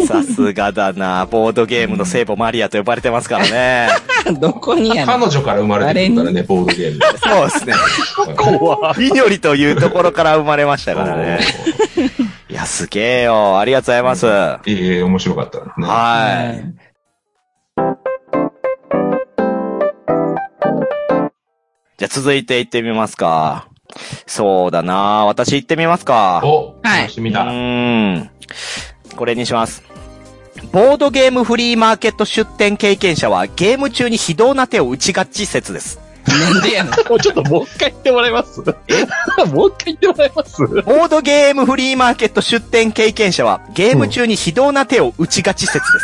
S3: さすがだな。ボードゲームの聖母マリアと呼ばれてますからね。
S1: どこにやねん。
S2: 彼女から生まれてくるからね、ボードゲーム。
S3: そうですね。
S4: 怖い。
S3: 祈りというところから生まれましたからね。 いや、すげえよ。ありがとうございます。は
S2: ええ、面白かったですね。
S3: い。じゃあ続いて行ってみますか。そうだな私行ってみますか。
S2: お、
S1: はい
S2: 楽しみ
S3: う
S2: だ。
S3: ーん。これにします。ボードゲームフリーマーケット出店経験者はゲーム中に非道な手を打ちがち説です。
S1: なんでやねん。
S4: もうちょっともう一回言 ってもらえますもう一回言ってもらえます
S3: ボードゲームフリーマーケット出店経験者はゲーム中に非道な手を打ちがち説で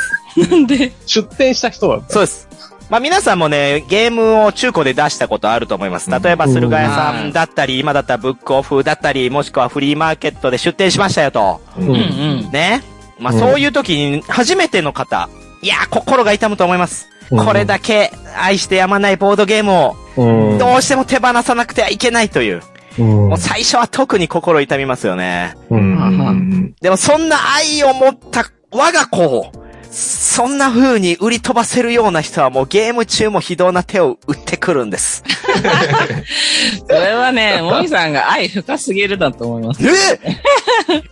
S3: す。
S1: なんで。
S4: 出店した人なんだ。
S3: そうです。まあ皆さんもね、ゲームを中古で出したことあると思います。例えば、駿河屋さんだったり、今だったらブックオフだったり、もしくはフリーマーケットで出店しましたよと。
S2: うん
S1: うんう
S2: うん
S1: ん。
S3: ね。まあ
S4: うん
S3: そういう時に、初めての方、いやー、心が痛むと思います。
S4: うん
S3: これだけ愛してやまないボードゲームを、
S4: うん
S3: どうしても手放さなくてはいけないという。
S4: うん
S3: もう最初は特に心痛みますよね。
S2: うんうん
S3: でもそんな愛を持った我が子を、そんな風に売り飛ばせるような人はもうゲーム中も非道な手を打ってくるんです。
S1: それは ね、もみさんが愛深すぎるだと思います。
S3: えー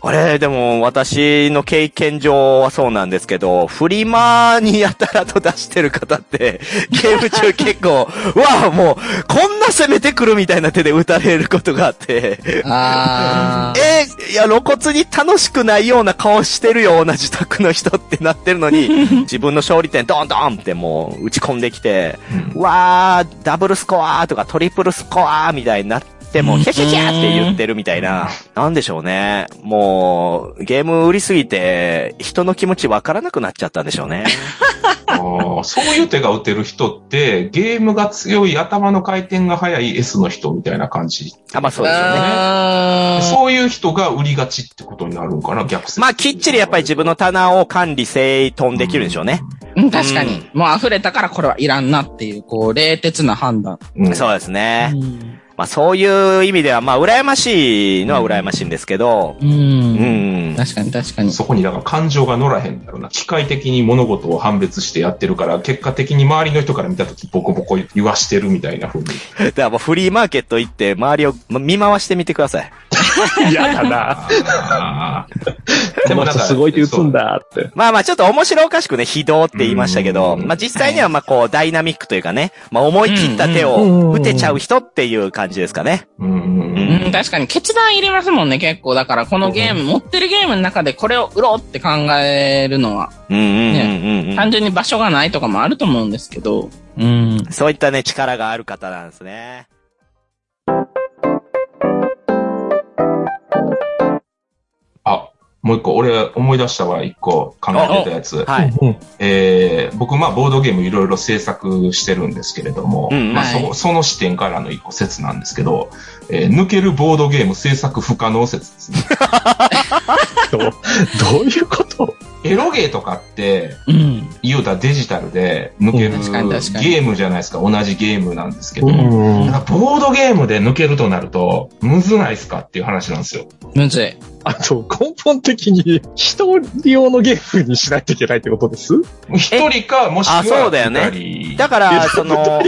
S3: あれ、でも私の経験上はそうなんですけど、フリマにやたらと出してる方って、ゲーム中結構、うわあもう、こんな攻めてくるみたいな手で打たれることがあって、
S1: あー。
S3: えーいや、露骨に楽しくないような顔してるよ、同じ宅の人ってなってるのに、 自分の勝利点ドンドンってもう打ち込んできて、うわー、ダブルスコアとかトリプルスコアみたいになっても、キャキャキャって言ってるみたいな、なんでしょうね。もう、ゲーム売りすぎて、人の気持ちわからなくなっちゃったんでしょう ね。
S2: あーそういう手が打てる人って、ゲームが強い、頭の回転が速い S の人みたいな感じ。
S3: あ、まあそうですよね。
S1: あー
S2: そういう人が売りがちってことになるんかな、逆説。
S3: まあきっちりやっぱり自分の棚を管理整頓できるんでしょうね。
S1: うん確かに。もう溢れたからこれはいらんなっていう、こう、冷徹な判断。
S2: うん
S3: そうですね。
S1: ん。
S3: まあそういう意味では、まあ羨ましいのは羨ましいんですけど、
S1: う。
S3: うんん。
S1: 確かに確かに。
S2: そこにだから感情が乗らへんだろうな。機械的に物事を判別してやってるから、結果的に周りの人から見たときボコボコ言わしてるみたいな風に。
S3: だからもうフリーマーケット行って周りを見回してみてください。
S4: 嫌だな。
S2: あー
S4: でもなんかすごい手打つん。だって。
S3: まあまあちょっと面白おかしくね、非道って言いましたけど、
S2: うん
S3: まあ実際にはまあこうダイナミックというかね、まあ思い切った手を打てちゃう人っていう感じですかね。
S2: そううんうんうん
S1: うん、確かに決断いりますもんね、結構。だから、このゲーム、持ってるゲームの中でこれを売ろうって考えるのは、
S3: うんうんうんうんうん。
S1: 単純に場所がないとかもあると思うんですけど。うん。
S3: そういったね、力がある方なんですね。
S2: あ、もう一個、俺思い出したわ、一個考えてたやつ。
S3: はい。
S4: うん
S2: えー僕、まあ、ボードゲームいろいろ制作してるんですけれども、
S3: うん
S2: まあ
S1: はい
S2: そ、その視点からの一個説なんですけど、えー抜けるボードゲーム制作不可能説ですね。
S4: どうどういうこと
S2: エロゲーとかって、
S1: うん。
S2: 言うたらデジタルで抜ける
S1: う
S2: ゲ
S1: ん確かに確かに
S2: ームじゃないですか、同じゲームなんですけど。
S4: うん
S2: なんかボードゲームで抜けるとなると、むずないっすかっていう話なんですよ。
S1: むずい。
S4: あと、根本的に人用のゲームにしないといけないってことです
S2: 一人か、もしくは
S3: あそうだよね
S2: 二人
S3: だから、その、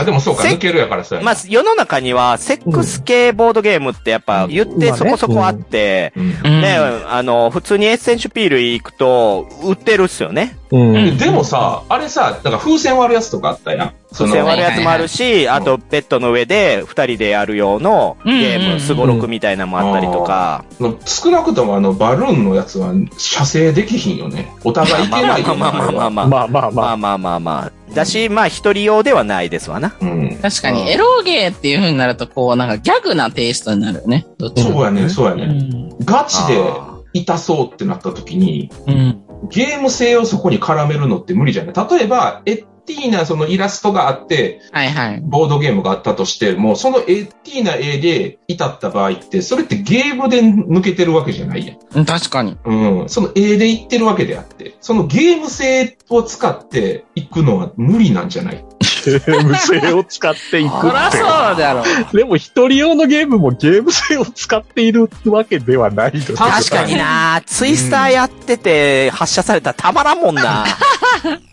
S2: あ、でもそうか、
S3: せ
S2: 抜けるやからさ。
S3: まあ、世の中には、セックス系ボードゲームってやっぱ言ってそこそこあって、
S2: うん
S1: うん
S3: ね、あの、普通にエッセンシュピール行くと、売ってるっすよね。
S4: うん
S1: う
S2: えでもさ、あれさ、なんか風船割るやつとかあったやん。そ
S3: 風
S2: の
S3: 船割るやつもあるし、あと、ベッドの上で二人でやる用のゲ
S1: うんうん
S3: ー
S1: う
S3: ム、
S1: ん
S3: スゴロクみたいなのもあったりとか、
S2: 少なくともあの、バルーンのやつは射精できひんよね。お互いいけな
S3: ま
S2: いよ
S3: あ
S2: ね。
S3: まあまあまあまあま
S4: ま
S3: あ。
S4: あまあま
S3: ま
S4: あ。
S3: あまあまあまあ。だし、まあ一人用ではないですわな。
S2: うん。
S1: 確か
S2: うん
S1: に、エロゲーっていう風になると、こう、なんかギャグなテイストになるよね。どっち
S2: そう
S1: も。
S2: やね、そうや
S1: う
S2: ね。
S1: ん。
S2: ガチで
S3: あ
S2: 痛そうってなった時に、
S1: うん。
S2: ゲーム性をそこに絡めるのって無理じゃない例えば、エッティなそのイラストがあって、
S1: はいはい。
S2: ボードゲームがあったとしても、そのエッティな絵で至った場合って、それってゲームで抜けてるわけじゃないやん。
S1: うん確かに。
S2: うん。その絵で言ってるわけであって、そのゲーム性を使っていくのは無理なんじゃない
S4: 無性を使っていく
S3: あ
S1: そりゃ
S4: っ
S1: そうだろう。
S4: て。でも一人用のゲームもゲーム性を使っているわけではないですよ
S2: 確
S3: 確かになツイスターやってて発射されたらたまらんもんな。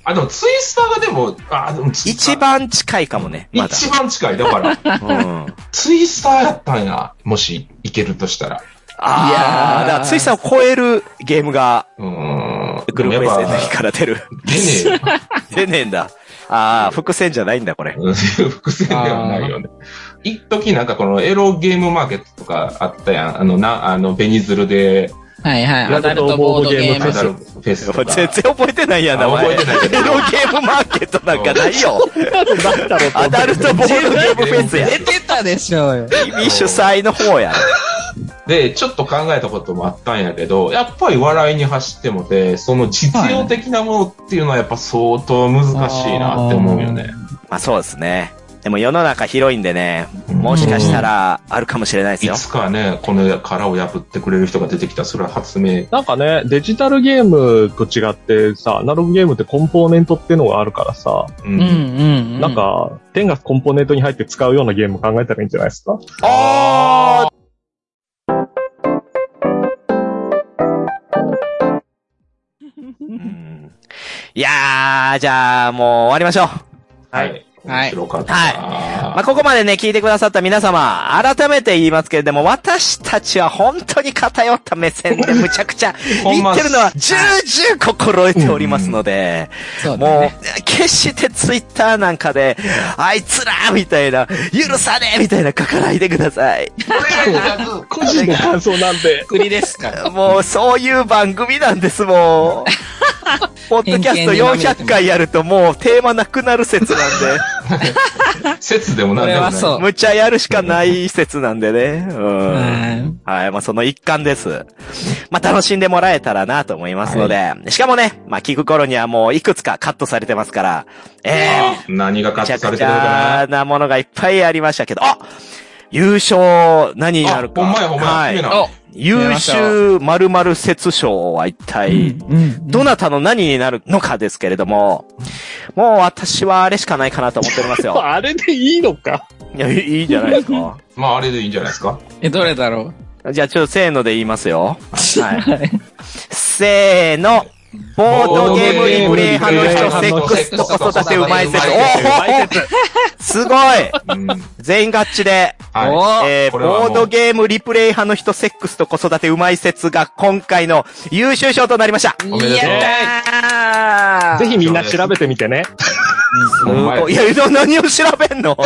S2: あ、でもツイスターがでも、あ、でもツイスター
S3: 一番近いかもね、まだ。
S2: 一番近い。だ から、
S3: うん。
S2: ツイスターやったんや。もし、いけるとしたら。
S3: あ
S1: いや
S3: あ、
S1: ー
S3: だからツイスターを超えるゲームが、
S2: うーん。
S3: グループ
S2: でもやっ
S3: SNE
S2: ぱ
S3: から出る。
S2: 出ね
S3: 出ねえんだ。ああ、伏線じゃないんだ、これ
S2: え。よ。伏線ではな いよね。一時なんかこのエロゲームマーケットとかあったやん。あの、な、あの、ベニズルで、
S1: はいはい。
S4: ラ
S1: ア
S4: ブ
S1: ダル
S4: と
S1: トボードゲ
S4: ボー
S1: ー
S4: ドゲー
S2: ア
S1: ム
S4: ム。
S2: ダルトフェス
S3: 全
S2: とか。
S3: 然覚えてないやんな、
S2: あ
S3: お前。
S2: 覚えてないけど
S3: エロゲームマーケットなんかないよ。
S4: なんだろうと思
S3: ア
S4: って
S3: ダルトボードゲームフェスや。
S1: 出てたでしょうよ。
S3: 君主催の方や。
S2: で、ちょっと考えたこともあったんやけど、やっぱり笑いに走ってもて、その実用的なものっていうのはやっぱ相当難しいなって思うよね。
S3: まあそうですね。でも世の中広いんでね、もしかしたらあるかもしれないです
S2: い
S3: よ。
S2: つかね、この殻を破ってくれる人が出てきたら、それは発明。
S4: なんかね、デジタルゲームと違ってさ、アナログゲームってコンポーネントっていうのがあるからさ、
S2: う
S1: うんうんうん。
S4: なん、か、天がコンポーネントに入って使うようなゲーム考えたらいいんじゃないです か
S3: あーいやー、じゃあもう終わりましょう。
S2: はい。
S1: はい
S2: 面白かった。
S3: まあ、ここまでね、聞いてくださった皆様、改めて言いますけれども、私たちは本当に偏った目線でむちゃくちゃ
S2: ほん
S3: 言
S2: ま
S3: ってるのは、重々心得ておりますので、
S1: そうだ
S3: も
S1: ね。
S3: う、決してツイッターなんかで、あいつらみたいな、許さねえみたいな書かないでください。
S4: 個人の感想なんで。
S1: 国ですから。
S3: もう、そういう番組なんです、もう。ポッドキャスト400回やるともうテーマなくなる説なんで、
S2: 説でもなん
S1: こ
S2: で
S1: れ
S2: も
S1: は
S2: な。
S1: いそう。
S3: むちゃやるしかない説なんでね。うん
S1: うん
S3: はい、まあ、その一環です。まあ、楽しんでもらえたらなと思いますので、しかもね、まあ、聞く頃にはもういくつかカットされてますから、ええ
S2: 何がカ
S3: め
S2: ッ
S3: ち
S2: ト
S3: ゃ
S2: さ
S3: く
S2: れ
S3: ち
S2: てるの
S3: ゃ
S2: か
S3: なものがいっぱいありましたけど、あ優勝、何に
S2: な。
S3: な
S2: あ
S3: る、か。
S2: ほんまやほんま
S3: は
S2: や。いい
S3: い。
S2: な。
S1: お
S3: 優秀〇〇説賞は一体、どなたの何になるのかですけれども、もう私はあれしかないかなと思っております よ。
S4: あれでいいのか
S3: いや、いいいいじゃないですか。
S2: まあ、あれでいいんじゃないですか。
S1: え、どれだろ
S3: じゃあ、ちょっとせーので言いますよ。
S1: う
S3: はい。せーの。ボードゲームリプレイ派の人、セックスと子育てうまい説。おおすごい
S2: うん。
S3: 全員合致で、
S2: は
S3: えー、
S2: これはも
S3: ボ
S2: う
S3: ードゲームリプレイ派の人、セックスと子育てうまい説が今回の優秀賞となりました。
S2: おめでとう
S1: やったー
S4: ぜひみんな調べてみてね。
S2: い。ほんまや
S3: いや、な何を調べんの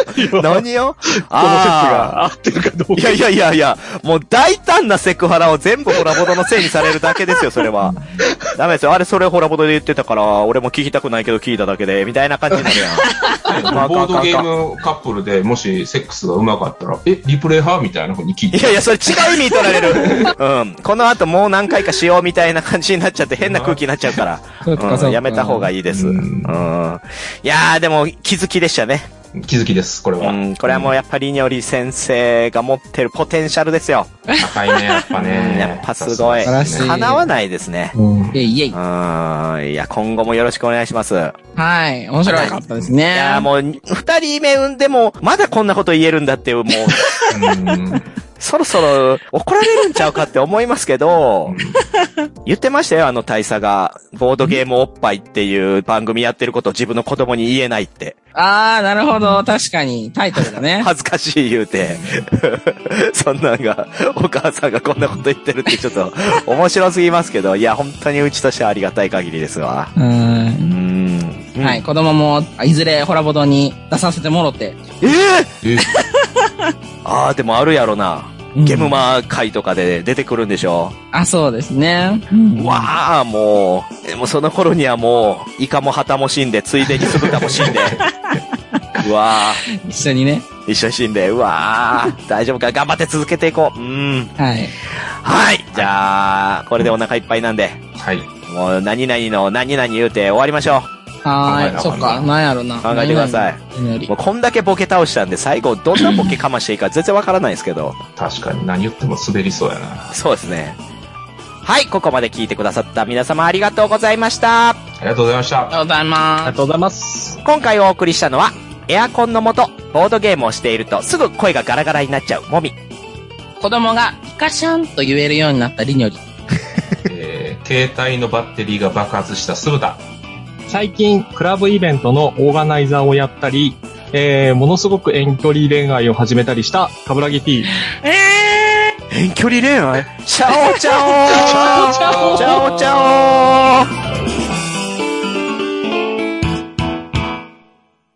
S3: 何を
S4: この説
S3: あ
S4: が合ってるかどう
S3: ーい
S4: か
S3: や。いやいやいや、もう大胆なセクハラを全部ホラボドのせいにされるだけで すよ、それは。 ダメですよ。あれ、それホラボドで言ってたから、俺も聞きたくないけど聞いただけで、みたいな感じになるやん。
S2: ボードゲームカップルでもしセックスが上手かったら、え、リプレイ派みたいな風に聞い
S3: い
S2: て。
S3: やいや、それ違う意味取られる。うん。この後もう何回かしようみたいな感じになっちゃって変な空気になっちゃうから。
S5: そうかそう
S3: う
S5: か
S3: ん、やめた方がいいです。う
S2: うん
S3: ん。いやー、でも気づきでしたね。
S2: 気づきです、これ
S3: う
S2: は。
S3: ん。これはもうやっぱりにより先生が持ってるポテンシャルですよ。
S2: 高いね、やっぱ
S3: う
S2: ね。
S3: んやっぱすごい
S5: 素晴らしい
S3: 叶わないですね。
S2: うん
S1: えいえ
S3: う
S1: い。
S3: ん。いや、今後もよろしくお願いします。い
S1: はい。面白かったですね。
S3: やー、もう、二人目産んでも、まだこんなこと言えるんだっていう、もう、
S2: うん
S3: そろそろ怒られるんちゃうかって思います けど、言ってましたよ、あの大佐が。ボードゲームおっぱいっていう番組やってることを自分の子供に言えないって。
S1: あー、なるほど。確かに。タイトルだね。
S3: 恥ずかしい言うて。 そんなんが、お母さんがこんなこと言ってるってちょっと面白すぎますけど、いや、本当にうちとしてはありがたい限りですわ。
S1: う
S3: うー
S1: ん。
S3: ん。
S1: はい。。子供も、あいずれホラボドに出させてもろて。
S3: ええ
S2: え
S3: ああ、でもあるやろな。
S1: うん
S3: ゲムマ会とかで出てくるんでしょ
S1: あ、そうですね。うん
S3: わあ、もう、でもその頃にはもう、イカもハタも死んで、ついでに酢豚も死 んで。うわあ、
S1: 一緒にね。
S3: 一緒に死んで、うわあ、大丈夫か、頑張って続けていこう。うん。
S1: はい。
S3: はい。じゃあ、これでお腹いっぱいなんで、
S2: はい。
S3: もう、何々の何々言うて終わりましょ
S1: は
S2: 考
S1: ー。
S2: えないあか
S1: そ
S2: んな
S1: っか。なんやろな。
S3: 考えてください
S1: 何々よ
S3: う。
S1: り
S3: もう、こんだけボケ倒したんで、最後、どんなボケかましていいか全然わからないですけど。
S2: 確かに何言っても滑りそうやな。あ
S3: そうですね。はい、ここまで聞いてくださった皆様ありがとうございました。
S2: りがとうございました
S1: ありが。とうございます
S4: ありが。とうございます。
S3: 今回お送りしたのは、エアコンのもと、ボードゲームをしているとすぐ声がガラガラになっちゃうもみ。
S1: 子供がピカシャンと言えるようになったりにより。
S2: えー携帯のバッテリーが爆発した酢豚。
S4: 最近、クラブイベントのオーガナイザーをやったり、えー、ものすごく遠距離恋愛を始めたりした、カブラギ P。
S3: 遠距離恋愛チャオチャオチャオチャオ